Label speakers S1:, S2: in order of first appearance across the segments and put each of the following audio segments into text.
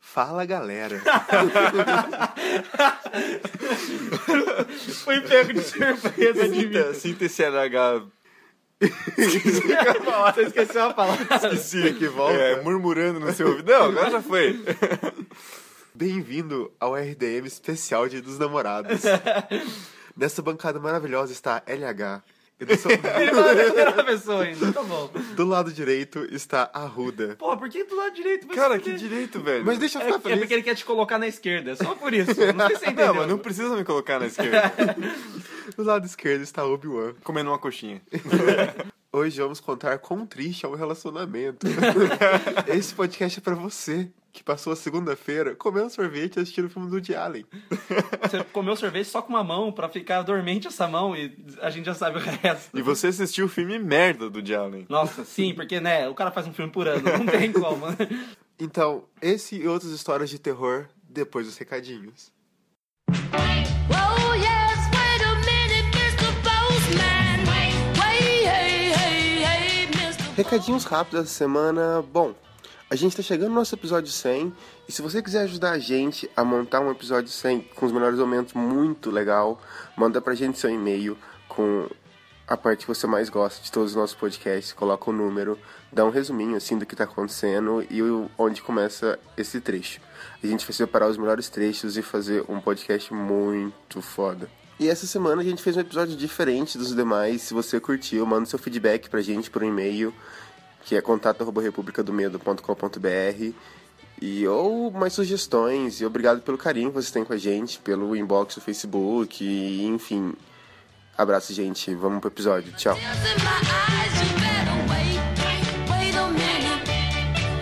S1: Fala galera.
S2: Foi pego de surpresa de mim.
S1: Sinta, sinta esse NH.
S2: Você esqueceu a palavra.
S1: Esqueci que volta.
S3: É, murmurando no seu ouvido. Não, agora já foi.
S1: Bem-vindo ao RDM especial Dia dos Namorados. Nessa bancada maravilhosa está LH. E do, seu-
S2: Ele falou da primeira pessoa ainda. Tá bom.
S1: do lado direito está Arruda.
S2: Pô, por que do lado direito? Vai
S3: Cara,
S2: se
S3: que
S2: fuder.
S3: direito, velho.
S1: Mas deixa eu
S2: É,
S1: ficar
S2: é
S1: feliz.
S2: porque ele quer te colocar na esquerda, é só por isso. Não sei se você entendeu.
S3: Não, mas não tá- precisa me colocar na esquerda.
S1: Do lado esquerdo está Obi-Wan.
S3: Comendo uma coxinha.
S1: Hoje vamos contar quão triste é um relacionamento. Esse podcast é pra você que passou a segunda-feira comendo sorvete e assistindo o filme do Woody Allen.
S2: Você comeu sorvete só com uma mão pra ficar dormente essa mão e a gente já sabe o resto.
S3: E você assistiu o filme merda do Jalen.
S2: Nossa, sim, porque, né, o cara faz um filme por ano, não tem como. né?
S1: Então, esse e outras histórias de terror depois dos recadinhos.
S4: Oh yes, wait a minute, Mr. Postman. Wait, wait, hey, hey, hey, Mr.
S1: Recadinhos rápidos da semana. Bom, a gente tá chegando no nosso episódio 100. E se você quiser ajudar a gente a montar um episódio 100 com os melhores momentos muito legal, manda pra gente seu e-mail com a parte que você mais gosta de todos os nossos podcasts. Coloca o número, dá um resuminho assim do que tá acontecendo e o- onde começa esse trecho. A gente vai separar os melhores trechos e fazer um podcast muito foda. E essa semana a gente fez um episódio diferente dos demais. Se você curtiu, manda seu feedback pra gente por um e-mail que é contato@republicadomedo.com.br e ou mais sugestões e obrigado pelo carinho que vocês têm com a gente, pelo inbox do Facebook, e, enfim. Abraço, gente. Vamos pro episódio. Tchau.
S4: Tears in my eyes, you better wait, wait a minute.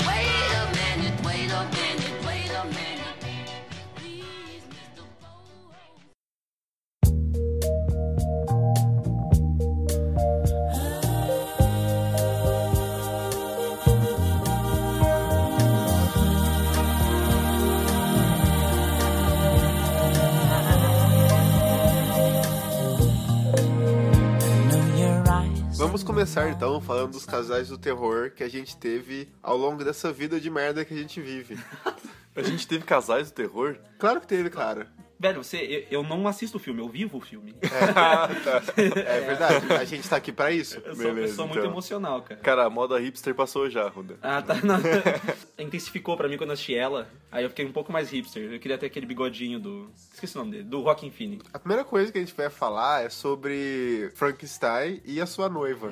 S4: Wait a minute, wait a minute, wait a minute. Please, Mr. Postman.
S1: Vamos começar então falando dos casais do terror que a gente teve ao longo dessa vida de merda que a gente vive.
S3: A gente teve casais do terror?
S1: Claro que teve, cara.
S2: Velho, você, eu, eu não assisto o filme, eu vivo o filme.
S1: É verdade. A gente tá aqui pra isso.
S2: Eu sou uma
S3: Beleza,
S2: pessoa muito
S3: então.
S2: emocional, cara.
S3: Cara, a moda hipster passou já, Ruda.
S2: Ah, tá. Não. Intensificou pra mim quando eu assisti ela. Aí eu fiquei um pouco mais hipster. Eu queria ter aquele bigodinho do. Esqueci o nome dele. Do Rockin' Phoenix.
S1: A primeira coisa que a gente vai falar é sobre Frankenstein e a sua noiva.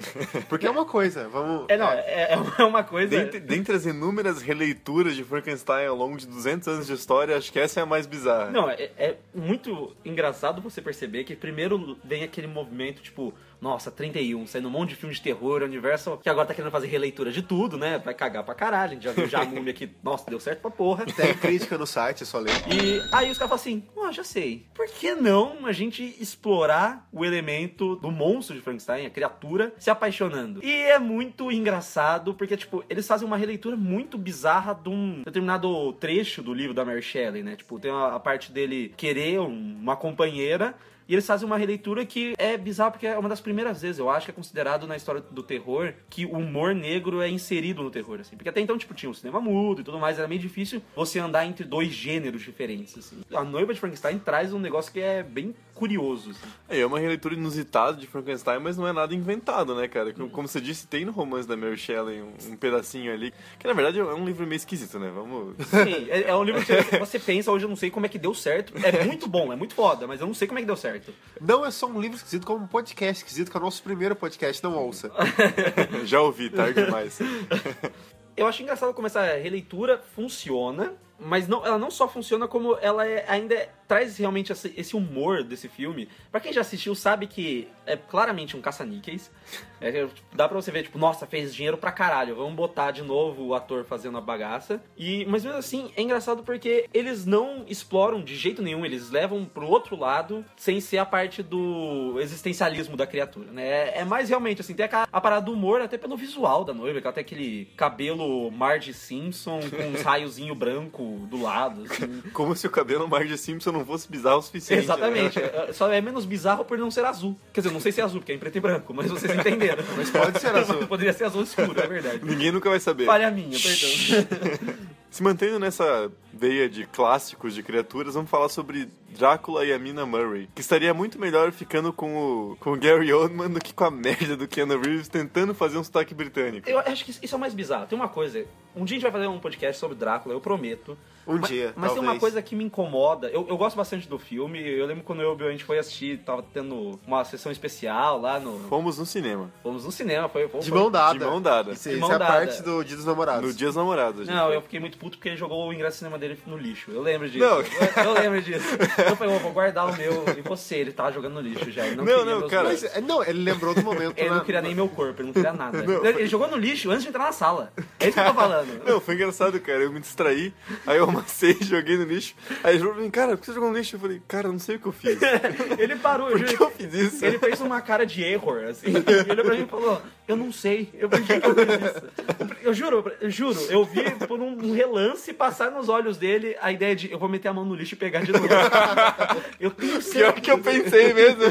S1: Porque é uma coisa, vamos.
S2: É, não, é, é uma coisa.
S3: Dentre, dentre as inúmeras releituras de Frankenstein ao longo de 200 anos de história, acho que essa é a mais bizarra.
S2: Não, é, é muito engraçado você perceber que primeiro vem aquele movimento, tipo, nossa, 31, saindo um monte de filme de terror, Universal, que agora tá querendo fazer releitura de tudo, né? Vai cagar pra caralho, a gente já viu já a múmia aqui, nossa, deu certo pra porra.
S1: Tem crítica no site, é só ler.
S2: E aí os caras falam assim, ó, já sei. Por que não a gente explorar o elemento do monstro de Frankenstein, a criatura, se apaixonando? E é muito engraçado, porque, tipo, eles fazem uma releitura muito bizarra de um determinado trecho do livro da Mary Shelley, né? Tipo, tem a, a parte dele querer um- uma companheira. E eles fazem uma releitura que é bizarra, porque é uma das primeiras vezes, eu acho, que é considerado na história do terror que o humor negro é inserido no terror, assim. Porque até então, tipo, tinha o cinema mudo e tudo mais, era meio difícil você andar entre dois gêneros diferentes, assim. A noiva de Frankenstein traz um negócio que é bem curioso, assim.
S3: É, é uma releitura inusitada de Frankenstein, mas não é nada inventado, né, cara?
S2: Hum.
S3: Como, como você disse, tem no romance da Mary Shelley um, um pedacinho ali, que na verdade é um livro meio esquisito, né? Vamos...
S2: Sim, é, é um livro que você pensa hoje, eu não sei como é que deu certo. É muito bom, é muito foda, mas eu não sei como é que deu certo.
S1: Não é só um livro esquisito, como um podcast esquisito, que é o nosso primeiro podcast, não ouça. tá?
S3: Já ouvi,
S1: É
S3: tarde demais.
S2: Eu acho engraçado como essa releitura funciona, mas não, ela não só funciona como ela é- ainda é- traz realmente esse, esse humor desse filme. Pra quem já assistiu sabe que é claramente um caça-níqueis. É, é, tipo, dá pra você ver, tipo, nossa, fez dinheiro pra caralho, vamos botar de novo o ator fazendo a bagaça. E, mas mesmo assim, é engraçado porque eles não exploram de jeito nenhum, eles levam pro outro lado sem ser a parte do existencialismo da criatura, né? É, é mais realmente, assim, tem aquela, a parada do humor até pelo visual da noiva, que ela tem aquele cabelo Marge Simpson com uns raiozinho branco pouco do lado. assim.
S1: Como se o cabelo Marge Simpson não fosse bizarro o suficiente.
S2: Exatamente.
S1: né?
S2: É, Só é menos bizarro por não ser azul. Quer dizer, eu não sei se é azul, porque é em preto e branco, mas vocês entenderam. Mas
S1: pode ser azul.
S2: Poderia ser azul escuro, é verdade.
S1: Ninguém nunca vai saber.
S2: Falha minha, perdão.
S1: Se mantendo nessa veia de clássicos de criaturas, vamos falar sobre Drácula e a Mina Murray, que estaria muito melhor ficando com o, com o Gary Oldman do que com a merda do Keanu Reeves tentando fazer um sotaque britânico.
S2: Eu acho que isso é o mais bizarro. Tem uma coisa. Um dia a gente vai fazer um podcast sobre Drácula, eu prometo.
S5: Um
S2: mas,
S5: dia,
S2: Mas tem
S5: talvez.
S2: uma coisa que me incomoda. Eu, eu gosto bastante do filme. Eu lembro quando eu e o Bill, a gente foi assistir, tava tendo uma sessão especial lá no.
S1: Fomos no cinema,
S2: Fomos no cinema, foi. foi
S5: De mão dada.
S1: de mão dada.
S5: Isso,
S2: De
S5: isso
S2: mão
S5: é a
S2: dada.
S5: parte do Dia dos Namorados.
S1: no Dia dos Namorados. gente.
S2: Não, eu fiquei muito puto porque ele jogou o ingresso de cinema dele no lixo. Eu lembro disso.
S1: Não.
S2: Eu, eu lembro disso. Eu falei, "Ô, vou guardar o meu e você. Ele tava jogando no lixo já. Ele não,
S1: Não,
S2: queria
S1: não,
S2: meus
S1: cara.
S2: dois.
S5: Mas, é, não, ele lembrou do momento.
S2: Ele
S5: né?
S2: não queria nem meu corpo, ele não queria nada. ele, ele jogou no lixo antes de entrar na sala. É isso que eu tô falando.
S1: Não, foi engraçado, cara. Eu me distraí, aí eu amassei, joguei no lixo. Aí ele falou pra mim, cara, por que você jogou no lixo? Eu falei, cara, eu não sei o que eu fiz.
S2: Ele parou, eu
S1: Por
S2: juro.
S1: que eu fiz isso?
S2: Ele fez uma cara de error, assim. Ele olhou pra mim e falou: Eu não sei, eu por que que eu fiz isso? Eu juro, eu juro, eu vi por um relance passar nos olhos dele a ideia de eu vou meter a mão no lixo e pegar de novo. Eu tenho certeza.
S1: Pior que eu pensei mesmo.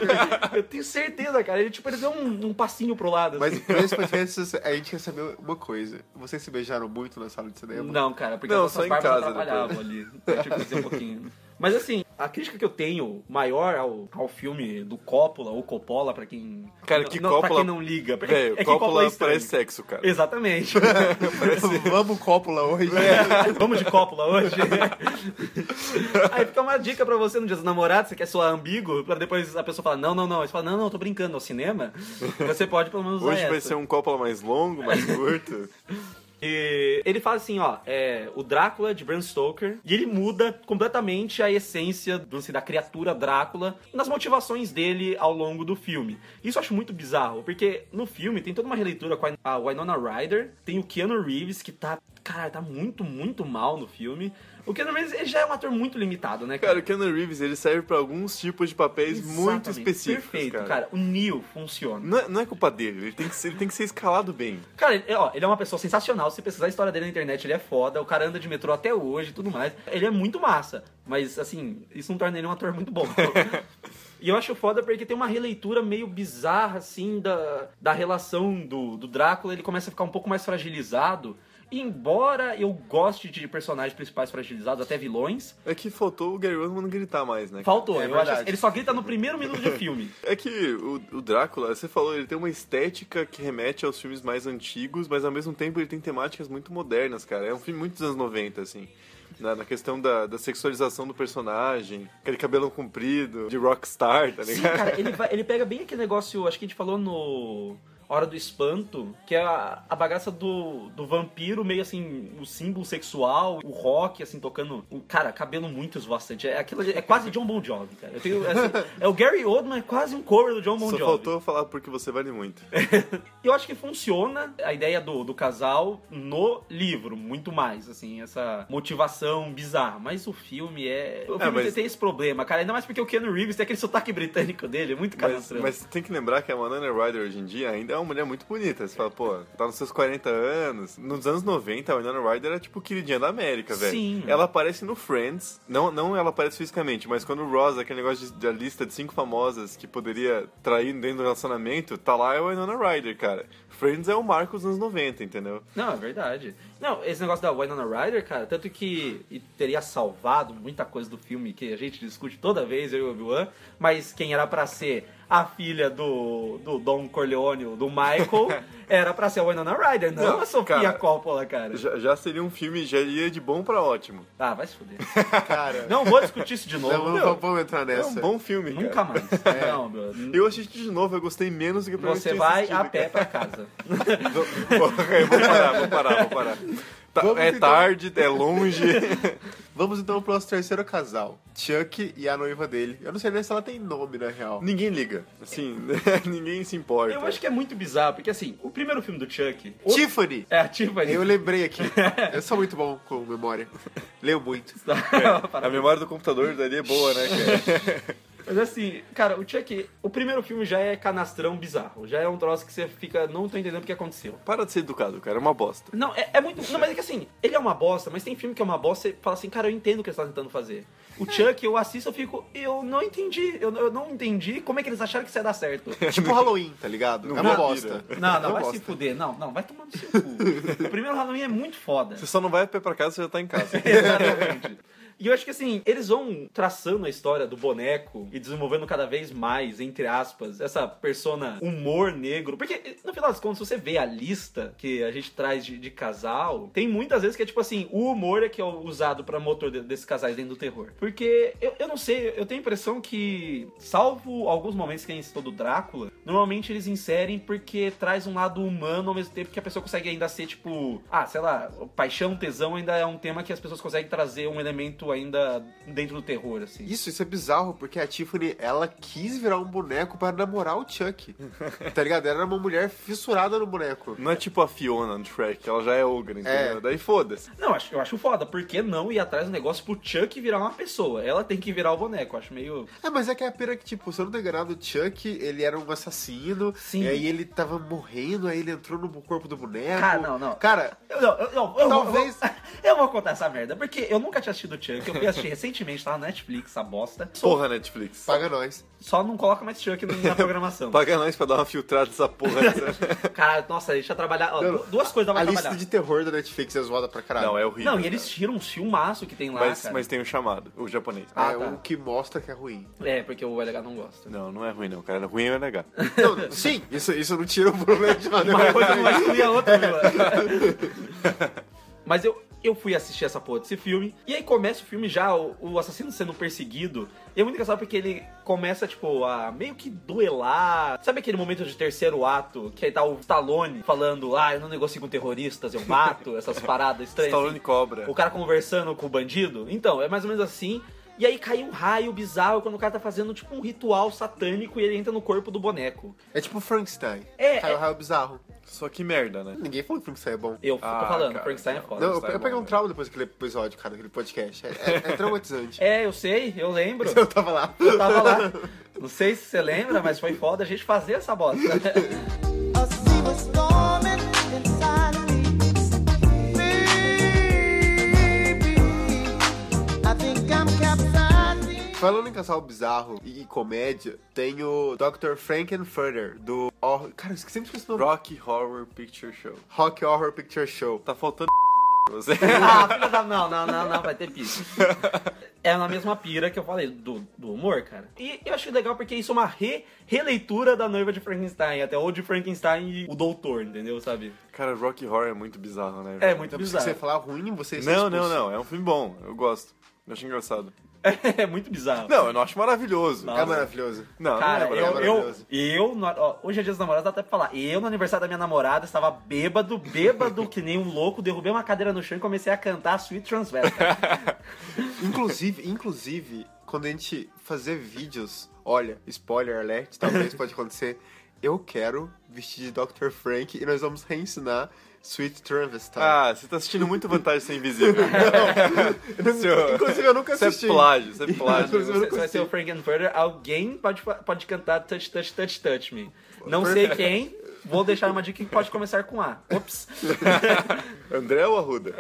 S2: Eu tenho certeza, cara. Ele tipo, ele deu um, um passinho pro lado.
S5: Mas
S2: Assim.
S5: por esse podcast a gente recebeu uma coisa. Vocês se beijaram muito na sala de cinema?
S2: Não, cara, porque
S1: Não,
S2: as
S1: só
S2: nossas
S1: em
S2: barbas
S1: casa
S2: atrapalhavam ali. Eu tive que dizer um pouquinho. Mas assim, a crítica que eu tenho maior ao, ao filme do Coppola ou Coppola, pra quem.
S1: Cara, que
S2: não, Pra
S1: Coppola-
S2: quem não liga. pra-
S1: Velho,
S2: que é
S1: Coppola
S2: estranho.
S1: parece sexo, cara.
S2: Exatamente. assim-
S5: Vamos cópula hoje.
S2: Vamos de Coppola hoje? Aí fica uma dica pra você no dia dos namorados, você quer soar ambíguo, pra depois a pessoa falar, não, não, não. Aí você fala, não, não, eu tô brincando, ao cinema. Você pode pelo menos usar
S1: Hoje vai
S2: essa.
S1: ser um copo mais longo, mais curto.
S2: E ele fala assim, ó, é, o Drácula de Bram Stoker, e ele muda completamente a essência do, assim, da criatura Drácula nas motivações dele ao longo do filme. Isso eu acho muito bizarro, porque no filme tem toda uma releitura com a Winona Ryder, tem o Keanu Reeves, que tá, cara, tá muito, muito mal no filme. O Keanu Reeves, ele já é um ator muito limitado, né,
S1: Cara, o Keanu Reeves, ele serve pra alguns tipos de papéis muito
S2: Exatamente.
S1: específicos,
S2: Perfeito,
S1: cara.
S2: O Neo funciona.
S1: Não é, não é culpa dele, ele tem, que ser, ele tem que ser escalado bem.
S2: Cara, ele, ó, ele é uma pessoa sensacional. Se pesquisar a história dele na internet, ele é foda. O cara anda de metrô até hoje e tudo mais. Ele é muito massa. Mas, assim, isso não torna ele um ator muito bom. E eu acho foda porque tem uma releitura meio bizarra, assim, da, da relação do, do Drácula. Ele começa a ficar um pouco mais fragilizado. E embora eu goste de personagens principais fragilizados, até vilões,
S1: É que faltou o Gary Oldman gritar mais, né?
S2: faltou.
S5: É
S2: eu acho,
S5: verdade.
S2: ele só grita no primeiro minuto de filme.
S1: É que o, o Drácula, você falou, ele tem uma estética que remete aos filmes mais antigos, mas ao mesmo tempo ele tem temáticas muito modernas, cara. É um filme muito dos anos 90, assim. Na, na questão da, da sexualização do personagem, aquele cabelo comprido, de rockstar, tá
S2: Sim,
S1: ligado?
S2: cara, ele, vai- ele pega bem aquele negócio, acho que a gente falou no Hora do Espanto, que é a, a bagaça do, do vampiro, meio assim, o símbolo sexual, o rock, assim, tocando. o- Cara, cabelo muito esvoaçante. É, aquilo, é quase John Bon Jovi, cara. Eu tenho, é, assim, é o Gary Oldman, é quase um cover do John Bon
S1: Só
S2: Jovi.
S1: faltou falar porque você vale muito.
S2: Eu acho que funciona a ideia do, do casal no livro, muito mais, assim, essa motivação bizarra. Mas o filme é. O filme
S1: mas-
S2: tem esse problema, cara. Ainda mais porque o Keanu Reeves tem aquele sotaque britânico dele, é muito
S1: Mas,
S2: canastrão.
S1: mas tem que lembrar que a Manana Ryder hoje em dia ainda é uma mulher muito bonita. Você fala, pô, tá nos seus 40 anos. Nos anos 90, a Manana Ryder era tipo queridinha da América, velho.
S2: Sim.
S1: Ela aparece no Friends. Não, não ela aparece fisicamente, mas quando o Ross, aquele negócio de- da lista de cinco famosas que poderia trair dentro do relacionamento, tá lá a Winona Ryder, cara. Friends é o marco dos anos 90, entendeu?
S2: Não, é verdade. Não, esse negócio da Winona Ryder, cara, tanto que e teria salvado muita coisa do filme que a gente discute toda vez, eu e o Obi-Wan, mas quem era pra ser a filha do, do Don Corleone, ou do Michael, era pra ser a Winona Ryder, não,
S1: Não,
S2: a Sofia
S1: cara.
S2: Coppola, cara.
S1: Já, já seria um filme, já iria de bom pra ótimo.
S2: Ah, vai se fuder.
S5: Cara,
S2: Não vou discutir isso de
S5: não,
S2: novo.
S5: vamos- vamos entrar
S1: É
S5: nessa.
S1: um bom filme, cara.
S2: Nunca mais. Não, meu.
S1: Eu assisti de novo, eu gostei menos do que pra
S2: Você vai a pé pra casa.
S1: Porra, eu vou parar, vou parar, vou parar. Tá-
S5: Vamos
S1: é
S5: então.
S1: tarde, é longe.
S5: Vamos então pro nosso terceiro casal. Chuck e a noiva dele. Eu não sei nem se ela tem nome, na real.
S1: Ninguém liga. Assim, ninguém se importa.
S2: Eu acho que é muito bizarro, porque assim, o primeiro filme do Chuck. o-
S5: Tiffany!
S2: É, a Tiffany.
S5: Eu lembrei aqui. Eu sou muito bom com memória. Leu muito.
S2: Tá,
S1: A memória do computador dali é boa, né, cara?
S2: Mas assim, cara, o Chuck, o primeiro filme já é canastrão bizarro. Já é um troço que você fica, não tô entendendo o que aconteceu.
S1: Para de ser educado, cara, é uma bosta.
S2: Não, é, é muito. Não, mas é que assim, ele é uma bosta, mas tem filme que é uma bosta e fala assim, cara, eu entendo o que eles estão tentando fazer. O Chuck, eu assisto, eu fico, eu não entendi, eu, eu não entendi como é que eles acharam que isso ia dar certo.
S6: Tipo Halloween, tá ligado? é uma
S1: vira.
S6: bosta.
S2: Não, não,
S1: Eu
S2: vai
S1: gosto.
S2: se fuder. Não, não, vai tomar no seu cu. O primeiro Halloween é muito foda.
S1: Você só não vai a pé pra casa, você já tá em casa.
S2: Exatamente. E eu acho que assim, eles vão traçando a história do boneco e desenvolvendo cada vez mais, entre aspas, essa persona humor negro. Porque, no final das contas, se você vê a lista que a gente traz de, de casal, tem muitas vezes que é tipo assim, o humor é que é o- usado pra motor de- desses casais dentro do terror. Porque eu, eu não sei, eu tenho a impressão que, salvo alguns momentos que a gente citou do Drácula, normalmente eles inserem porque traz um lado humano ao mesmo tempo que a pessoa consegue ainda ser, tipo, ah, sei lá, paixão, tesão ainda é um tema que as pessoas conseguem trazer um elemento ainda dentro do terror, assim.
S6: Isso, isso é bizarro, porque a Tiffany, ela quis virar um boneco para namorar o Chuck. tá ligado? Ela era uma mulher fissurada no boneco.
S1: Não é tipo a Fiona no Shrek, ela já é ogre, entendeu?
S6: É.
S1: Daí foda-se.
S2: Não, eu acho, eu acho foda, por que não ir atrás do negócio pro Chuck virar uma pessoa? Ela tem que virar o boneco, eu acho meio.
S6: É, mas é que é a pira que, tipo, se eu não tô enganado, o Chuck, ele era um assassino.
S2: Sim.
S6: E aí ele tava morrendo, aí ele entrou no corpo do boneco.
S2: Cara, não, não.
S6: Cara,
S2: Eu, não, eu, não, eu
S6: Talvez-
S2: Vou, eu, vou, eu vou contar essa merda, porque eu nunca tinha assistido Chuck, eu fui assistir recentemente, tava na Netflix, essa bosta.
S1: Porra, Netflix.
S6: paga nós.
S2: Só não coloca mais Chuck na programação.
S1: Paga nós pra dar uma filtrada nessa porra.
S2: Caralho, nossa, deixa eu trabalhar. ó,
S6: Não,
S2: du- duas coisas dá
S6: A
S2: pra
S6: lista
S2: trabalhar.
S6: de terror da Netflix é zoada pra caralho.
S1: não, é horrível.
S2: Não, e eles
S1: cara.
S2: tiram um filmaço que tem lá,
S1: Mas,
S2: cara.
S1: mas tem o chamado, o japonês.
S6: É
S2: Ah, tá.
S6: o que mostra que é ruim.
S2: É, porque o LH não gosta. né?
S1: Não, não é ruim não, cara. Ruim é o NH.
S6: Não, sim, isso, isso não tira o problema de nada.
S2: Uma coisa não exclui a outra, meu. Mas eu, eu fui assistir essa porra desse filme. E aí começa o filme já, o, o assassino sendo perseguido. E é muito engraçado porque ele começa, tipo, a meio que duelar. Sabe aquele momento de terceiro ato que aí tá o Stallone falando: Ah, eu não negocio com terroristas, eu mato, essas paradas estranhas.
S1: Stallone Cobra.
S2: O cara conversando com o bandido? Então, é mais ou menos assim. E aí cai um raio bizarro quando o cara tá fazendo tipo um ritual satânico e ele entra no corpo do boneco.
S6: É tipo Frankenstein.
S2: É,
S6: Raio,
S2: é.
S6: raio bizarro.
S1: Só que merda, né?
S6: Ninguém falou que Frankenstein é bom.
S2: Eu f-
S1: Ah,
S2: tô falando,
S1: cara,
S2: Frankenstein é
S1: não.
S2: foda.
S6: Não, eu,
S1: Frankenstein é
S6: eu peguei
S1: bom,
S6: um trauma depois daquele episódio, cara, daquele podcast. É, é- é traumatizante.
S2: É, eu sei, eu lembro.
S6: Eu tava lá.
S2: Eu tava lá. Não sei se você lembra, mas foi foda a gente fazer essa bosta.
S7: A sea was storming inside of me. Maybe I think I'm capsizing.
S6: Falando em casal bizarro e, e comédia, tem o Dr. Frankenfurter, do... Horror... Cara, eu sempre esqueci o nome.
S1: Rock Horror Picture Show.
S6: Rock Horror Picture Show.
S1: Tá faltando você.
S2: ah, filha da... Não, não, não, não, vai ter pista. É na mesma pira que eu falei, do, do humor, cara. E eu acho legal porque isso é uma re- releitura da noiva de Frankenstein, até ou de Frankenstein e o doutor, entendeu? Sabe?
S1: Cara, Rock Horror é muito bizarro, né?
S2: É
S1: velho?
S2: muito
S6: Não, porque Então, se você
S2: bizarro.
S6: falar ruim, você... é
S1: Não,
S6: expulso.
S1: não, não. É um filme bom. Eu gosto. Eu acho engraçado.
S2: É muito bizarro.
S1: Não, eu não acho maravilhoso.
S2: Não.
S6: É maravilhoso.
S1: Não, não é
S2: Cara, eu,
S6: brabo,
S2: eu,
S6: maravilhoso.
S2: eu, no- ó, hoje é dia dos namorados, dá até pra falar. Eu, no aniversário da minha namorada, estava bêbado, bêbado que nem um louco, derrubei uma cadeira no chão e comecei a cantar Sweet Transvestite.
S6: Inclusive, inclusive, quando a gente fazer vídeos, olha, spoiler alert, talvez pode acontecer. Eu quero vestir de Dr. Frank e nós vamos reensinar Sweet Travesty.
S1: Ah, você tá assistindo muito Vantagem Sem Invisível. Seu-
S6: Inclusive, eu nunca
S1: Isso é
S6: assisti.
S1: plágio, isso é plágio.
S6: Inclusive, eu não
S2: Você você vai ser o Frankenfurter, alguém pode, fa- pode cantar Touch, Touch, Touch, Touch Me. Não sei quem, vou deixar uma dica que pode começar com A. Ops.
S1: André ou Arruda?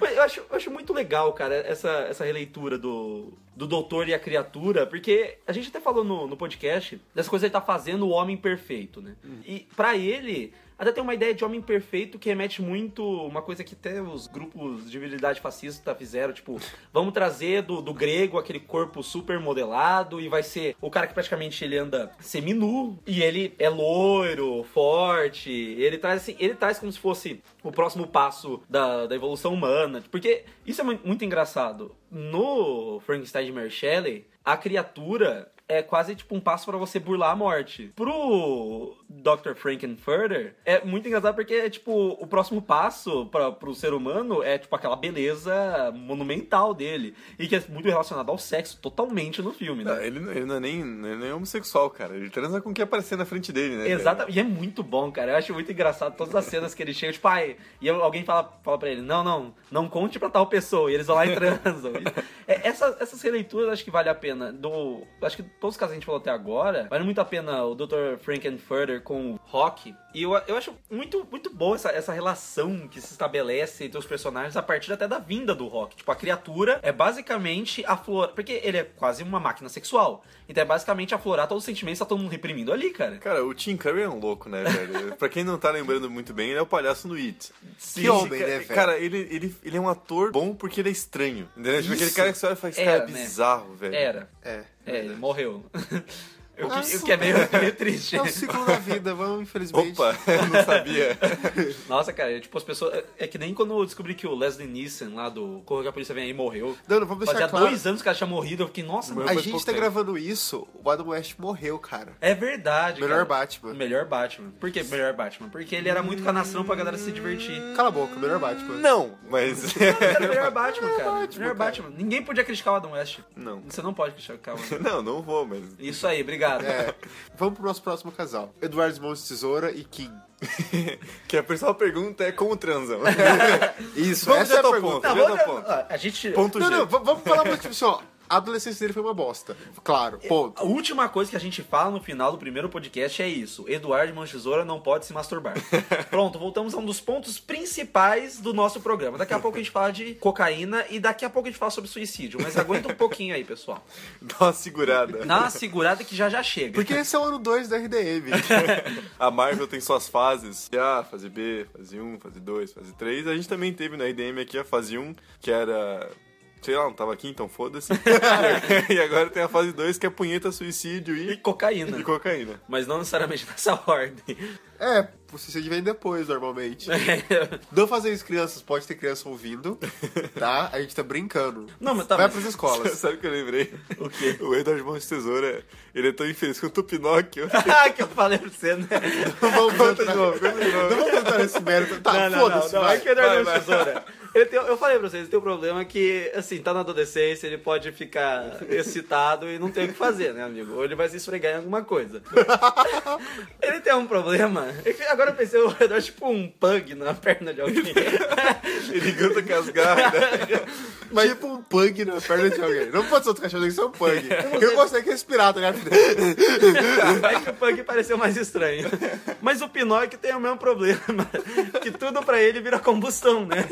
S2: Mas Eu acho, eu acho muito legal, cara, essa, essa releitura do, do Doutor e a Criatura, porque a gente até falou no, no podcast das coisas que ele tá fazendo o homem perfeito, né? E pra ele, até tem uma ideia de homem perfeito que remete muito uma coisa que até os grupos de virilidade fascista fizeram, tipo, vamos trazer do, do grego aquele corpo super modelado e vai ser o cara que praticamente ele anda seminu e ele é loiro, forte, ele traz assim, ele traz como se fosse o próximo passo da, da evolução humana, porque isso é mu- muito engraçado. No Frankenstein de Mary Shelley, a criatura é quase tipo um passo pra você burlar a morte. Pro Dr. Frankenfurter, é muito engraçado porque é tipo o próximo passo pra, pro ser humano é tipo aquela beleza monumental dele. E que é muito relacionado ao sexo totalmente no filme, né?
S1: Ah, ele, ele não é nem, ele não é homossexual, cara. Ele transa com quem aparecer na frente dele, né? velho?
S2: Exatamente. E é muito bom, cara. Eu acho muito engraçado todas as cenas que ele chega, tipo, ai, e alguém fala, fala pra ele, não, não, não conte pra tal pessoa. E eles vão lá e transam. E- é, essas, essas releituras acho que vale a pena. Do, acho que todos os casos que a gente falou até agora, vale muito a pena o Dr. Frankenfurter com o Rock. E eu, eu acho muito, muito boa essa, essa relação que se estabelece entre os personagens a partir até da vinda do Rock. Tipo, a criatura é basicamente aflorar. Porque ele é quase uma máquina sexual. Então é basicamente aflorar todos os sentimentos que tá todo mundo reprimindo ali, cara.
S1: Cara, o Tim Curry é um louco, né, velho? pra quem não tá lembrando muito bem, ele é o palhaço no It.
S2: Sim.
S1: Que
S6: Sim,
S1: homem, né,
S6: cara.
S1: velho? Cara, ele, ele, ele é um ator bom porque ele é estranho. Entendeu? Tipo, aquele
S6: Isso.
S1: cara que você olha e faz, cara,
S2: Era,
S1: é
S2: né?
S1: bizarro, velho.
S2: Era.
S6: É.
S2: É, ele morreu. O que,
S6: Nossa.
S2: o que é meio, meio triste.
S6: É o ciclo da vida, vamos, infelizmente.
S1: Opa, eu não sabia.
S2: Nossa, cara, é tipo, as pessoas. é- É que nem quando eu descobri que o Leslie Nielsen lá do Corra que a Polícia Vem aí morreu.
S6: Não, não, vamos deixar
S2: Fazia
S6: claro.
S2: dois anos que ela tinha morrido, eu fiquei, nossa, mano.
S6: A
S1: faz
S6: gente
S1: pouco
S6: tá
S1: tempo.
S6: gravando isso, o Adam West morreu, cara.
S2: É verdade.
S6: Melhor
S2: cara.
S6: Batman.
S2: Melhor Batman. Por que melhor Batman? Porque ele era muito canastrão pra galera se divertir.
S6: Cala a boca, melhor Batman.
S1: Não, mas...
S2: Era o melhor Batman, cara.
S6: Batman, cara.
S2: melhor Batman. Ninguém podia criticar o Adam West.
S1: Não.
S2: Você não pode criticar o Adam West.
S1: Não, não vou, mas...
S2: Isso aí, obrigado.
S6: É. Vamos pro nosso próximo casal. Eduardo Mãos de Tesoura e Kim.
S1: que a principal pergunta é como transam.
S6: Isso,
S1: Vamos
S6: essa é a
S1: direto ao
S6: pergunta.
S1: ponto.
S2: Tá,
S1: direto
S2: vamos-
S1: ao ponto.
S2: ó, a gente.
S1: Ponto
S6: Não,
S1: G.
S6: não, v- vamos falar muito tipo assim, ó. A adolescência dele foi uma bosta. Claro, ponto.
S2: A última coisa que a gente fala no final do primeiro podcast é isso: Eduardo Manchisoura não pode se masturbar. Pronto, voltamos a um dos pontos principais do nosso programa. Daqui a pouco a gente fala de cocaína e daqui a pouco a gente fala sobre suicídio. Mas aguenta um pouquinho aí, pessoal.
S1: Dá uma segurada.
S2: Dá uma segurada que já já chega.
S6: Porque esse é o ano 2 da RDM.
S1: A Marvel tem suas fases. A, fase B, fase 1, fase 2, fase 3. A gente também teve na IDM aqui a fase 1, que era. Sei lá, não tava aqui, então foda-se. e agora tem a fase 2, que é punheta, suicídio
S2: E
S1: e,
S2: cocaína.
S1: e cocaína.
S2: Mas não necessariamente nessa ordem.
S6: É, o suicídio vem depois, normalmente. Não fazer isso, crianças. Pode ter criança ouvindo, tá? A gente tá brincando.
S2: Não, mas tá.
S6: Vai
S2: mas-
S6: pras escolas.
S1: Sabe o que eu lembrei?
S2: O quê?
S1: O Edward Mão de Tesoura, ele é tão infeliz quanto o Pinóquio.
S2: Ah, que eu falei pra você, né?
S6: Não vamos
S1: Conta
S6: entrar-
S1: de novo, conta de novo.
S6: não vamos entrar nesse mérito. Tá,
S2: Não, não, não,
S6: foda-se,
S2: não.
S6: vai.
S2: É que o
S1: vai,
S2: Eduardo
S1: vai.
S2: Tesoura. Ele tem, eu falei pra vocês, ele tem um problema que, assim, tá na adolescência, ele pode ficar excitado e não tem o que fazer, né, amigo? Ou ele vai se esfregar em alguma coisa. ele tem um problema. é que Agora eu pensei, o Eduardo é tipo um pug na perna de alguém.
S1: Ele canta com as garras.
S6: Mas... Tipo um pug na perna de alguém. Não pode ser outro cachorro, tem que ser um pug. Eu consigo respirar, tá ligado?
S2: Vai É que o pug pareceu mais estranho. Mas o Pinóquio tem o mesmo problema. Que tudo pra ele vira combustão, né?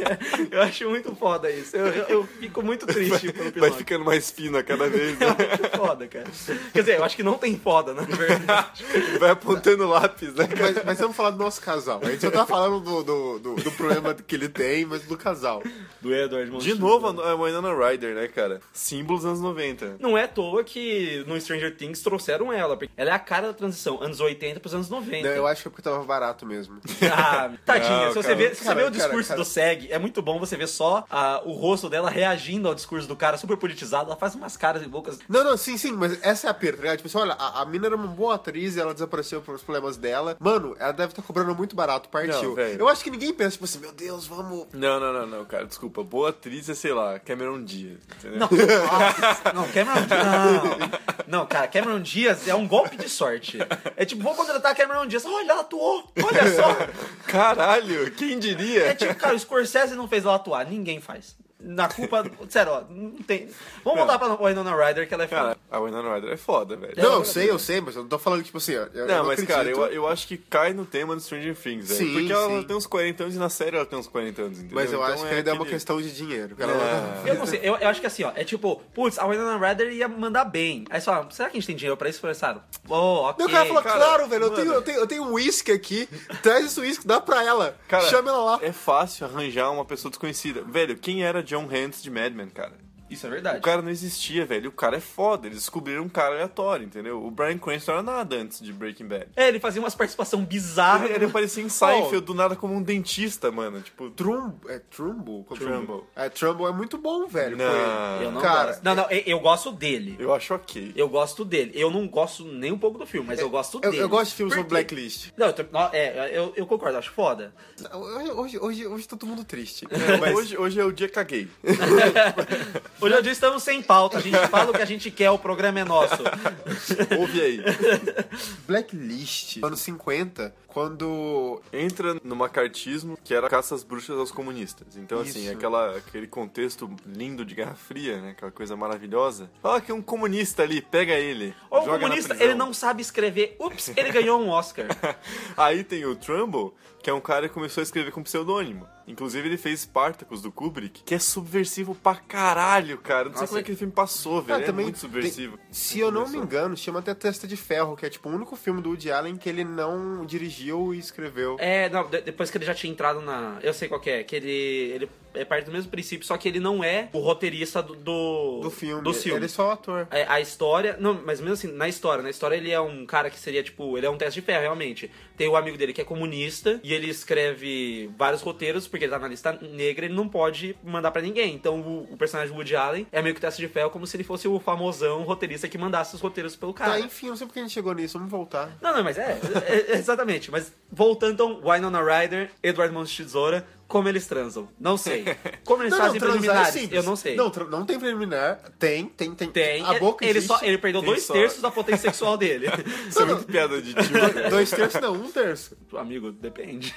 S2: Eu acho muito foda isso. Eu, eu- eu fico muito triste pelo Pinóquio.
S1: Vai ficando mais fino a cada vez, né?
S2: Que foda, cara. Quer dizer, eu acho que não tem foda, né? na verdade.
S1: Vai apontando lápis, né?
S6: Mas, mas vamos falar do nosso casal. A gente só tá falando do, do, do, do problema que ele tem, mas do casal.
S2: Do Edward Monstro.
S1: De novo, a a Winona Ryder, né, cara? Símbolos anos 90.
S2: Não é à toa que no Stranger Things trouxeram ela, porque ela é a cara da transição, anos 80 pros anos 90.
S6: Não, eu acho que é porque tava barato mesmo.
S2: Ah, tadinha,
S1: Não,
S2: se você
S1: cara.
S2: vê, se você
S6: Cara,
S2: vê o
S6: cara,
S2: discurso
S6: cara.
S2: do SEG, é muito bom você ver só ah, o rosto dela reagindo ao discurso do cara super politizado, ela faz umas caras e bocas.
S6: Não, não, sim, sim, mas essa é a perda, tá ligado? Tipo assim, olha, a, a mina era uma boa atriz e ela desapareceu pelos problemas dela. Mano, ela deve estar cobrando muito barato,
S1: Não,
S6: partiu.
S1: velho.
S6: eu acho que ninguém pensa, tipo assim, meu Deus, vamos.
S1: Não, não, não, não, cara, desculpa. Boa atriz é, sei lá, Cameron Diaz, entendeu?
S2: Não,
S6: É.
S2: nossa, não, Cameron Diaz. Não. não, cara, Cameron Diaz é um golpe de sorte. É tipo, vou contratar a Cameron Diaz. Olha, ela atuou. Olha só.
S1: Caralho, quem diria?
S2: É tipo, cara, o Scorsese não fez ela atuar, ninguém faz. Na culpa. sério, ó, não tem. Vamos voltar pra Winona Ryder, que ela é foda.
S1: Cara, a Winona Ryder é foda, velho.
S6: Não, eu sei, eu sei, mas eu não tô falando, tipo assim, ó, eu,
S1: Não,
S6: eu
S1: mas cara,
S6: acredito.
S1: eu, eu acho que cai no tema do Stranger Things, velho.
S6: Sim,
S1: porque ela
S6: sim.
S1: tem uns 40 anos e na série ela tem uns 40 anos, entendeu?
S6: Mas eu
S1: Então
S6: acho que ainda é uma
S1: aquele-
S6: questão de dinheiro. Ela-
S2: Eu não sei, eu, eu acho que assim, ó, é tipo, putz, a Winona Ryder ia mandar bem. Aí só, será que a gente tem dinheiro pra isso? Pensaram, oh, ok.
S6: Meu cara falou,
S1: cara,
S6: claro, velho, eu
S1: mano.
S6: tenho, eu, tenho, eu tenho um uísque aqui, traz esse uísque, dá pra ela,
S1: Cara,
S6: chama ela lá.
S1: É fácil arranjar uma pessoa desconhecida. Velho, quem era John Hanks de Mad Men, cara?
S2: Isso é verdade.
S1: O cara não existia, velho. O cara é foda. Eles descobriram um cara aleatório, entendeu? O Brian Cranston era nada antes de Breaking Bad.
S2: É, ele fazia umas participação bizarra.
S1: Ele, ele aparecia em Seinfeld do nada como um dentista, mano. Tipo,
S6: Trum, é Trumbo? Como
S1: Trumbo.
S6: É, Trumbo é muito bom, velho.
S1: Não.
S6: com ele.
S2: Eu não
S6: Cara,
S2: gosto. Não, não, eu, eu gosto dele.
S1: eu acho ok.
S2: Eu gosto dele. Eu não gosto nem um pouco do filme, mas eu gosto
S6: Eu,
S2: dele.
S6: eu gosto de filmes
S2: Por
S6: com
S2: quê?
S6: blacklist.
S2: Não, eu, tô- não, é, eu, eu concordo, acho foda.
S6: Hoje, hoje, hoje, hoje tá todo mundo triste.
S1: É, hoje, hoje é o dia caguei.
S2: Hoje eu disse, estamos sem pauta, a gente fala o que a gente quer, o programa é nosso.
S1: Ouve aí.
S6: Blacklist, anos 50, quando
S1: Entra no macartismo, que era caça às bruxas aos comunistas. Então, assim,
S6: Isso.
S1: aquela, aquele contexto lindo de Guerra Fria, né? Aquela coisa maravilhosa. Fala que um comunista ali, pega ele.
S2: Ou o
S1: joga na
S2: comunista,
S1: prisão.
S2: ele não sabe escrever. Ups, ele ganhou um Oscar.
S1: Aí tem o Trumbull, que é um cara que começou a escrever com pseudônimo. Inclusive, ele fez Spartacus do Kubrick, que é subversivo pra caralho, cara. Não sei como é que aquele filme passou, velho.
S6: Ah,
S1: é
S6: também
S1: muito subversivo.
S6: tem- se eu não me
S1: Começou.
S6: engano, chama até Testa de Ferro, que é tipo o único filme do Woody Allen que ele não dirigiu e escreveu.
S2: É, não, de- depois que ele já tinha entrado na. Eu sei qual que é, que ele, ele é parte do mesmo princípio, só que ele não é o roteirista do. Do,
S6: do filme.
S2: do filme.
S6: Ele é só um ator.
S2: É, a história. Não, mas mesmo assim, na história, na história ele é um cara que seria, tipo, ele é um teste de ferro, realmente. Tem o amigo dele que é comunista e ele escreve vários roteiros, porque ele tá na lista negra, ele não pode mandar pra ninguém. Então o, o personagem Woody Allen é meio que teste de ferro, como se ele fosse o famosão roteirista que mandasse os roteiros pelo cara.
S6: Tá, enfim, eu não sei porque a gente chegou nisso, vamos voltar.
S2: Não, não, mas é, é- é, exatamente. Mas voltando, então, Winona Ryder, Edward Mãos de Tesoura, como eles transam? Não sei. Como eles fazem
S6: transar é
S2: preliminares?
S6: simples.
S2: eu não sei.
S6: Não, tra- não tem preliminar. Tem, tem, tem.
S2: Tem.
S6: A boca
S2: ele,
S6: existe.
S2: só, ele perdeu
S1: Tem
S2: dois
S1: só-
S2: terços da potência sexual dele.
S1: Isso é muito piada de tio.
S6: Dois terços, não, um terço.
S2: Amigo, depende.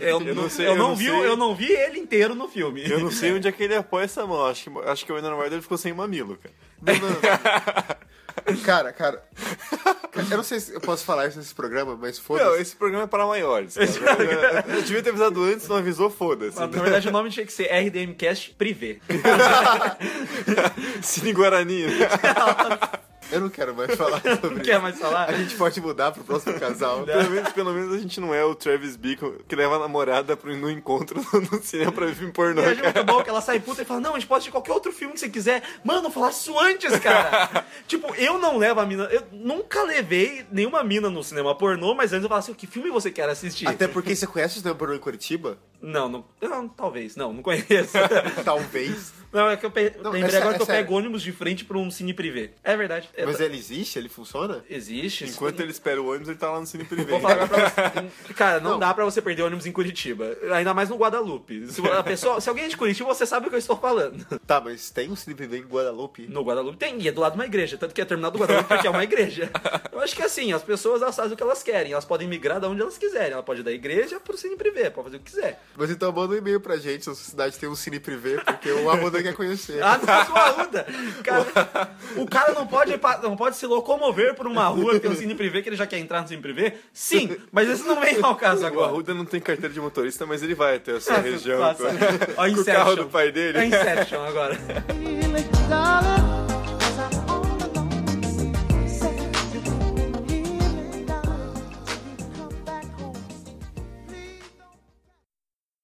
S1: Eu não sei,
S2: Eu
S1: eu
S2: não,
S1: não
S2: vi,
S1: sei.
S2: eu não vi ele inteiro no filme.
S1: Eu não sei onde é que ele apoia essa mão. Acho que, acho que o Winona Ryder ficou sem mamilo, cara.
S6: Não, não, não. Cara, cara. Eu não sei se eu posso falar isso nesse programa, mas
S1: Não,
S6: foda-se.
S1: esse programa é para maiores. cara. Eu, eu devia ter avisado antes, não avisou, foda-se.
S2: Na verdade, o nome tinha que ser RDM Cast Privé.
S1: Cine Guarani. né?
S6: Eu não quero mais falar sobre
S2: Não
S6: isso.
S2: quer é mais falar?
S6: A gente pode mudar pro próximo casal.
S1: Pelo menos, pelo menos a gente não é o Travis Bickle que leva a namorada pro, no encontro no cinema pra ver filme pornô.
S2: Eu acho
S1: cara.
S2: muito bom que ela sai puta e fala: Não, a gente pode assistir qualquer outro filme que você quiser. Mano, falar isso antes, cara. tipo, eu não levo a mina. Eu nunca levei nenhuma mina no cinema pornô, mas antes eu falava assim: Que filme você quer assistir?
S6: Até porque você conhece o Snowboard em Curitiba?
S2: Não, não, não, talvez. Não, não conheço.
S6: Talvez.
S2: não, é que eu pe...
S6: Não,
S2: lembrei
S6: essa-
S2: agora que eu
S6: essa é-
S2: pego ônibus de frente pra um cine privê. É verdade. É-
S6: Mas ele existe? Ele funciona?
S2: Existe.
S1: Enquanto ele espera o ônibus, ele tá lá no Cine Privé.
S2: Vou falar agora pra você. Cara, não, dá pra você perder ônibus em Curitiba. Ainda mais no Guadalupe. Se, a pessoa, se alguém é de Curitiba, você sabe o que eu estou falando.
S6: Tá, mas tem um Sleep Day em Guadalupe?
S2: No Guadalupe tem, e é do lado de uma igreja. Tanto que é terminado do Guadalupe porque é uma igreja. Eu acho que é assim, as pessoas elas fazem o que elas querem. Elas podem migrar da onde elas quiserem. Ela pode ir da igreja pro cine privê, pode fazer o que quiser.
S6: Mas então manda um e-mail pra gente se a sua cidade tem um Cine Privé, porque o Amanda quer conhecer.
S2: Ah, não, sua ruda! Cara, o cara não pode, pa- não pode se locomover por uma rua que tem um cine privê, que ele já quer entrar no cine privê? Sim, mas esse não vem ao caso
S1: O
S2: agora.
S1: Arruda não tem carteira de motorista, mas ele vai até essa região.
S2: Passa. Ó,
S1: Com o carro
S2: Inception.
S1: do pai dele.
S2: É Inception agora.
S7: Really, darling, as I'm all alone, say you won't hear me, darling, till you come back home. Please don't.